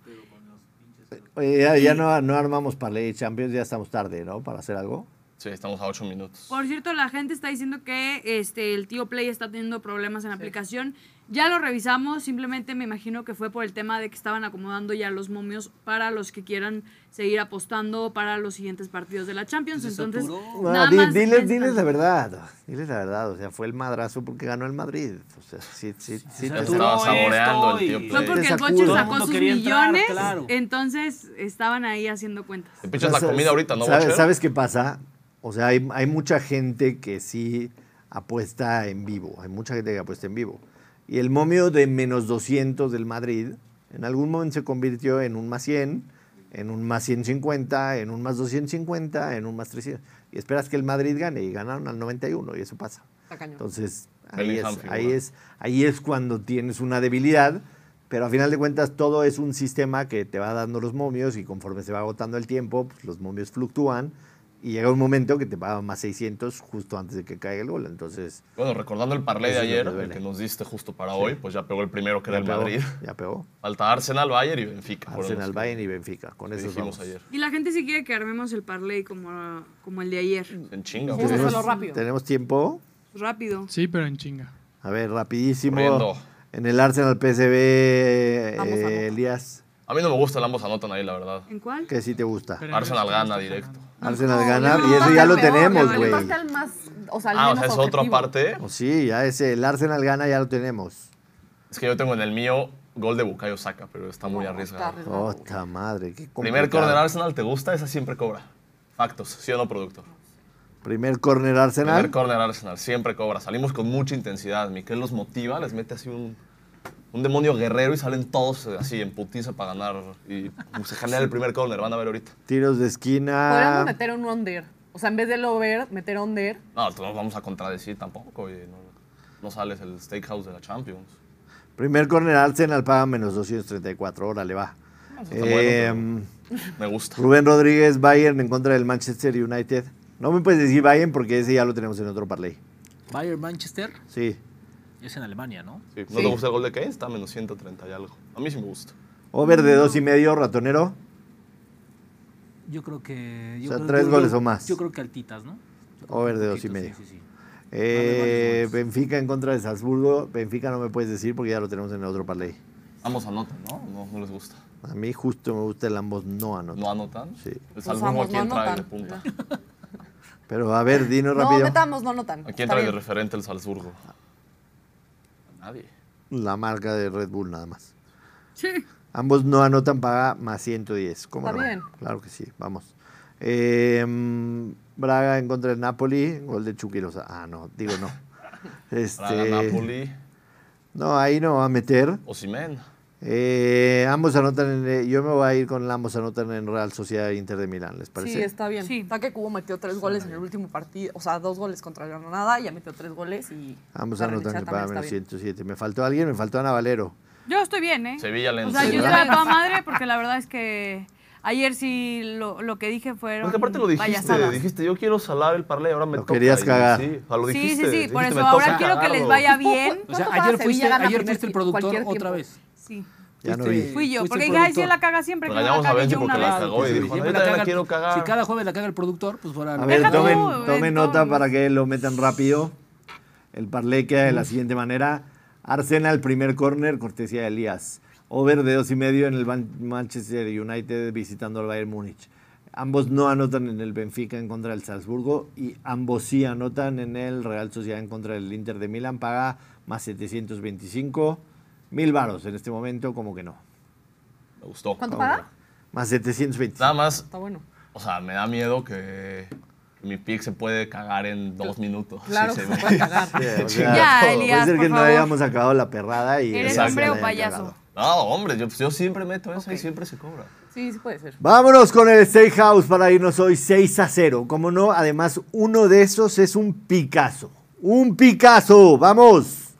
S1: Oye, ya, ya no, no armamos Parley Champions, ya estamos tarde, ¿no? Para hacer algo.
S4: Sí, estamos a ocho minutos.
S2: Por cierto, la gente está diciendo que este, el tío Play está teniendo problemas en la aplicación. Ya lo revisamos, simplemente me imagino que fue por el tema de que estaban acomodando ya los momios para los que quieran seguir apostando para los siguientes partidos de la Champions. Entonces,
S1: No,
S2: nada
S1: di-
S2: más
S1: diles,
S2: es-
S1: diles la verdad. Diles la verdad. O sea, fue el madrazo porque ganó el Madrid. O sea, sí, sí, sí. te-
S3: saturó.
S4: Estaba
S3: esto
S4: saboreando
S3: y-
S4: el tío
S3: Fue
S2: Fue
S4: Play.
S2: porque el
S1: Te
S2: coche
S1: sacude.
S3: Todo el
S2: sacó
S3: mundo
S2: sus
S3: quería entrar,
S2: millones,
S3: claro.
S2: entonces estaban ahí haciendo cuentas.
S4: Te pinchas
S1: O sea,
S4: la comida ahorita, ¿no,
S1: ¿sabes,
S4: Bocher?
S1: ¿Sabes qué pasa? O sea, hay, hay mucha gente que sí apuesta en vivo. Hay mucha gente que apuesta en vivo. Y el momio de menos 200 del Madrid en algún momento se convirtió en un más 100, en un más 150, en un más 250, en un más 300. Y esperas que el Madrid gane y ganaron al 91 y eso pasa.
S6: Está cañón.
S1: Entonces, ahí es,
S4: Bellingham figura.
S1: ahí, es, ahí es cuando tienes una debilidad, pero a final de cuentas todo es un sistema que te va dando los momios y conforme se va agotando el tiempo, pues, los momios fluctúan y llega un momento que te pagan más 600 justo antes de que caiga el gol. Entonces,
S4: Bueno, recordando el parlay de
S1: Eso es lo
S4: ayer,
S1: que duele.
S4: el que nos diste justo para hoy, pues ya pegó el primero que era
S1: ya
S4: el
S1: pegó,
S4: Madrid.
S1: ya pegó.
S4: Falta Arsenal, Bayern y Benfica. fueron
S1: Arsenal,
S4: los que
S1: Bayern y Benfica. Con eso vamos.
S4: Dijimos ayer.
S2: Y la gente sí quiere que armemos el parlay como, como el de ayer.
S4: En chinga,
S6: Vamos a
S4: güey.
S6: hacerlo rápido.
S1: ¿Tenemos tiempo?
S2: Rápido.
S7: Sí, pero en chinga.
S1: A ver, rapidísimo.
S4: Corriendo.
S1: En el Arsenal PSV,
S6: Vamos, vamos.
S1: eh, Elías,
S4: A mí no me gusta, el ambos anotan ahí, la verdad.
S2: ¿En cuál?
S1: que sí te gusta.
S7: Pero este,
S4: Arsenal
S7: no es-
S4: gana directo.
S1: Arsenal
S6: No,
S1: gana
S6: no,
S1: y eso
S6: no,
S1: ya
S6: no,
S1: lo
S6: peor,
S1: tenemos,
S6: le
S1: güey.
S6: falta el más- o sea, el
S4: Ah, o
S6: menos
S4: sea, es
S6: objetivo.
S4: otra parte.
S1: Pues sí, ya ese, el Arsenal gana, ya lo tenemos.
S4: Es que yo tengo en el mío gol de Bukayo Saka, pero está muy
S6: No, está
S4: arriesgado.
S6: arriesgado.
S1: Otra madre, qué
S4: Primer
S1: complicado.
S4: corner Arsenal, ¿te gusta? Esa siempre cobra. Factos, ¿sí o no, productor?
S1: Primer corner
S4: Primer
S1: Arsenal.
S4: corner Arsenal, siempre cobra. Salimos con mucha intensidad. Miquel los motiva, les mete así un, un demonio guerrero y salen todos eh, así en putiza para ganar. Y se jalea el primer corner, van a ver ahorita.
S1: Tiros de
S6: Podríamos
S1: esquina.
S6: meter un under. O sea, en vez del over, meter under.
S4: No, no vamos a contradecir tampoco. oye, no, no sales el steakhouse de la Champions.
S1: Primer corner Arsenal paga menos 234. Órale, va.
S4: está
S1: Eh,
S4: bueno, Me gusta.
S1: Rubén Rodríguez, Bayern en contra del Manchester United. No me puedes decir Bayern porque ese ya lo tenemos en otro parlay.
S3: Bayern Manchester
S1: Sí.
S3: es en Alemania, ¿no?
S4: Sí, ¿No te gusta el gol de Kane? Está a menos 130 y algo. A mí sí me gusta.
S1: Over de dos y medio, ratonero.
S3: Yo creo que.
S1: O
S3: Yo
S1: sea,
S3: creo-
S1: tres
S3: yo-
S1: goles
S3: yo-
S1: o más.
S3: Yo creo que altitas, ¿no?
S1: Over de dos y
S3: Poquitos,
S1: medio.
S3: Sí, sí, sí.
S1: Eh,
S3: varios goles.
S1: Benfica en contra de Salzburgo. Benfica no me puedes decir porque ya lo tenemos en el otro parlay.
S4: Ambos anotan, ¿no? ¿no? No les gusta.
S1: A mí justo me gusta el ambos no anotan.
S4: ¿No anotan?
S1: Sí.
S2: Pues
S3: Pues
S4: El
S6: ambos
S4: Salzburgo aquí
S6: no
S4: entra de
S6: anotan.
S4: punta.
S1: Pero a ver, dinos
S6: No,
S1: rápido.
S6: metamos, no notan.
S4: Aquí
S6: Está
S4: entra de
S6: bien.
S4: referente el Salzburgo. Nadie.
S1: La marca de Red Bull nada más.
S2: Sí.
S1: Ambos no anotan paga más 110. ¿Cómo
S6: Está
S1: no?
S6: bien.
S1: Claro que sí, vamos. Eh, mm, Braga en contra del Napoli, gol de Chucky Lozano. Ah, no, digo no.
S4: Braga,
S1: Este,
S4: Napoli,
S1: no, ahí no va a meter.
S4: Osimhen.
S1: Eh, ambos anotan, en, eh, yo me voy a ir con ambos anotan en Real Sociedad e Inter de Milán, ¿les parece?
S6: Sí, está bien.
S2: Sí.
S6: Está que Cubo metió tres goles en el último partido. O sea, dos goles contra el Granada y ya metió tres goles. y
S1: Ambos
S6: la
S1: anotan
S6: remontada
S1: que paga
S6: también
S1: menos
S6: está bien.
S1: 107. Me faltó alguien, me faltó Ana Valero.
S2: Yo estoy bien, ¿eh?
S4: Sevilla le
S2: O sea, yo
S4: enseña.
S2: estaba de toda madre porque la verdad es que ayer sí lo, lo que dije fueron
S4: Porque aparte lo dijiste,
S2: payasadas.
S4: dijiste, yo quiero salar el parley, ahora me
S1: Lo
S4: toca.
S1: querías
S4: Y
S1: cagar.
S4: Sí, o sea, lo
S2: sí,
S4: dijiste.
S2: sí, sí,
S4: dijiste,
S2: por eso
S4: "Me
S2: ahora
S4: toca
S2: quiero que les
S4: cagarlo".
S2: vaya bien.
S3: O sea,
S6: ¿Cuánto paga
S3: ayer
S6: Sevilla
S3: fuiste,
S6: gana
S3: ayer
S6: primer
S3: fuiste el
S6: tiempo?
S3: productor
S6: Cualquier
S3: otra
S6: tiempo.
S3: vez.
S2: Sí.
S1: Ya
S6: Este,
S1: no
S3: Fuiste-
S1: vi.
S2: Fui yo,
S3: fuiste
S2: porque
S3: el
S2: dije, ay, sí,
S3: productor".
S2: la caga siempre. que no
S4: Regañamos
S2: la
S4: a
S2: cague
S4: Benji
S2: yo una
S4: porque Pues la
S2: vez.
S4: cagó y dijo,
S3: Siempre
S4: "Yo
S3: la
S4: también la
S3: caga-
S4: quiero cagar".
S3: Si cada jueves la caga el productor, pues fuera.
S1: A ver,
S2: Deja tú,
S1: tomen,
S2: güey,
S1: tomen
S2: todo.
S1: nota para que lo metan rápido. El parlay queda de la siguiente manera. Arsenal, primer corner, cortesía de Elías. Over de dos y medio en el Ban- Manchester United visitando al Bayern Múnich. Ambos no anotan en el Benfica en contra del Salzburgo y ambos sí anotan en el Real Sociedad en contra del Inter de Milán. Paga más 725. Mil varos en este momento, como que no.
S4: Me gustó.
S6: ¿Cuánto paga?
S1: Más 725.
S4: Nada más,
S6: Está bueno.
S4: o sea, me da miedo que mi pick se puede cagar en dos minutos.
S6: Claro
S4: Sí,
S6: que
S4: se
S6: se puede
S4: me-
S6: cagar.
S1: Sí, o
S4: Chinga
S1: sea,
S2: Ya,
S4: todo.
S2: Elías.
S1: Puede ser que
S2: por
S1: no
S2: favor.
S1: hayamos acabado la perrada y...
S2: ¿Eres
S1: Exacto.
S2: hombre
S1: la
S2: o
S1: hayan
S2: payaso?
S1: cagado.
S4: No, hombre, yo, yo siempre meto eso y
S6: Ok.
S4: siempre se cobra.
S6: Sí, sí puede ser.
S1: Vámonos con el Steakhouse para irnos hoy 6 a 0. Como no, además uno de esos es un Picasso. Un Picasso, vamos.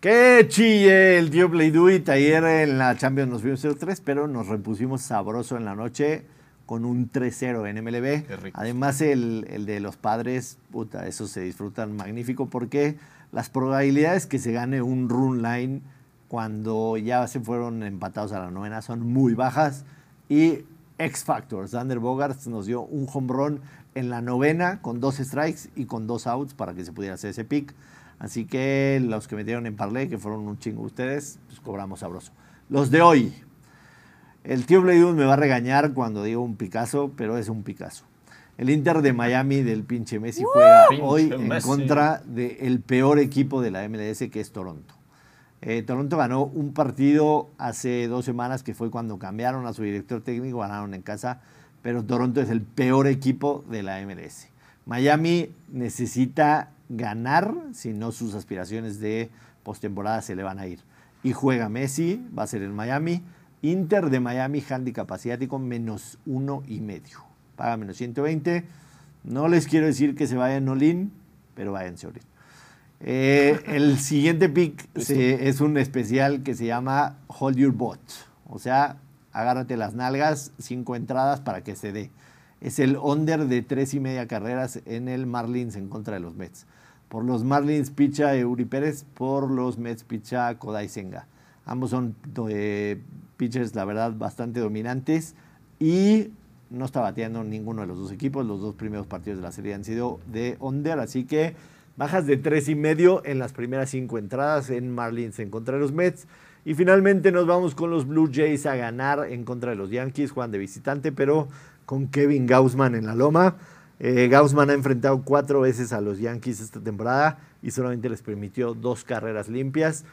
S1: ¡Qué chille el tío Play Do It! Ayer en la Champions nos vimos 0-3, pero nos repusimos sabroso en la noche con un 3-0 en MLB.
S4: Qué rico.
S1: Además, el, el de los padres, puta, eso se disfrutan magnífico porque las probabilidades que se gane un run line cuando ya se fueron empatados a la novena son muy bajas. Y X Factor, Sander Bogarts nos dio un hombrón en la novena con dos strikes y con dos outs para que se pudiera hacer ese pick. Así que los que metieron en parlay, que fueron un chingo ustedes, pues cobramos sabroso. Los de hoy. El tío Bladun me va a regañar cuando digo un Picasso, pero es un Picasso. El Inter de Miami del pinche Messi juega
S4: Pinche
S1: hoy en
S4: Messi.
S1: contra del peor equipo de la MLS, que es Toronto. Eh, Toronto ganó un partido hace dos semanas, que fue cuando cambiaron a su director técnico, ganaron en casa, pero Toronto es el peor equipo de la MLS. Miami necesita ganar, si no sus aspiraciones de postemporada se le van a ir. Y juega Messi, va a ser en Miami. Inter de Miami, handicap asiático, menos uno y medio. Paga menos 120. No les quiero decir que se vayan Olin, pero váyanse Olin. Eh, el siguiente pick se- es un especial que se llama Hold Your Bot. O sea, agárrate las nalgas, cinco entradas para que se dé. Es el under de tres y media carreras en el Marlins en contra de los Mets. Por los Marlins picha Eury Pérez, por los Mets picha Kodai Senga. Ambos son eh, pitchers, la verdad, bastante dominantes y no está bateando ninguno de los dos equipos. Los dos primeros partidos de la serie han sido de under, así que bajas de tres y medio en las primeras cinco entradas en Marlins en contra de los Mets. Y finalmente nos vamos con los Blue Jays a ganar en contra de los Yankees, Juan de visitante, pero con Kevin Gausman en la loma. Eh, Gausman ha enfrentado cuatro veces a los Yankees esta temporada y solamente les permitió dos carreras limpias.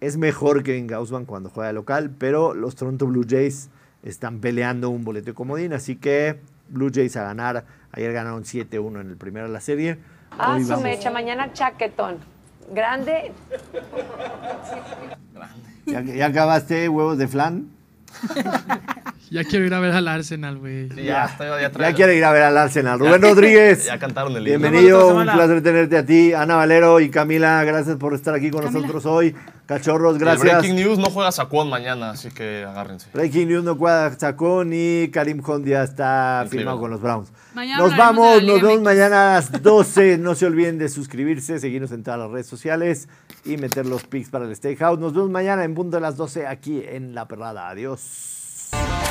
S1: Es mejor que en Gaussman cuando juega de local, pero los Toronto Blue Jays están peleando un boleto de comodín, así que Blue Jays a ganar. Ayer ganaron 7-1 en el primero de la serie.
S9: Ah,
S1: Hoy
S9: su
S1: vamos-
S9: mecha, mañana chaquetón. Grande,
S1: ¿Ya, ya acabaste huevos de flan?
S7: Ya quiero ir a ver al Arsenal, güey.
S4: Sí, ya, está, ya, trae-
S1: Ya quiere ir a ver al Arsenal. Rubén Rodríguez.
S4: Ya cantaron el himno.
S3: Nos
S1: Bienvenido,
S3: vemos
S1: un
S3: la semana.
S1: placer tenerte a ti, Ana Valero y Camila, gracias por estar aquí con nosotros hoy. Cachorros,
S4: El
S1: gracias.
S4: breaking news no juega Saquon mañana, así que agárrense.
S1: Breaking News no cuadra sacón y Karim Hondia está
S4: En
S1: firmado
S4: Cleveland.
S1: con los Browns.
S2: Mañana
S1: nos
S2: hablaremos de
S1: vamos,
S2: la
S1: nos
S2: Liga
S1: vemos
S2: MX.
S1: mañana a las 12. No se olviden de suscribirse, seguirnos en todas las redes sociales y meter los pics para el Steakhouse. Nos vemos mañana en punto de las 12 aquí en La Perrada. Adiós.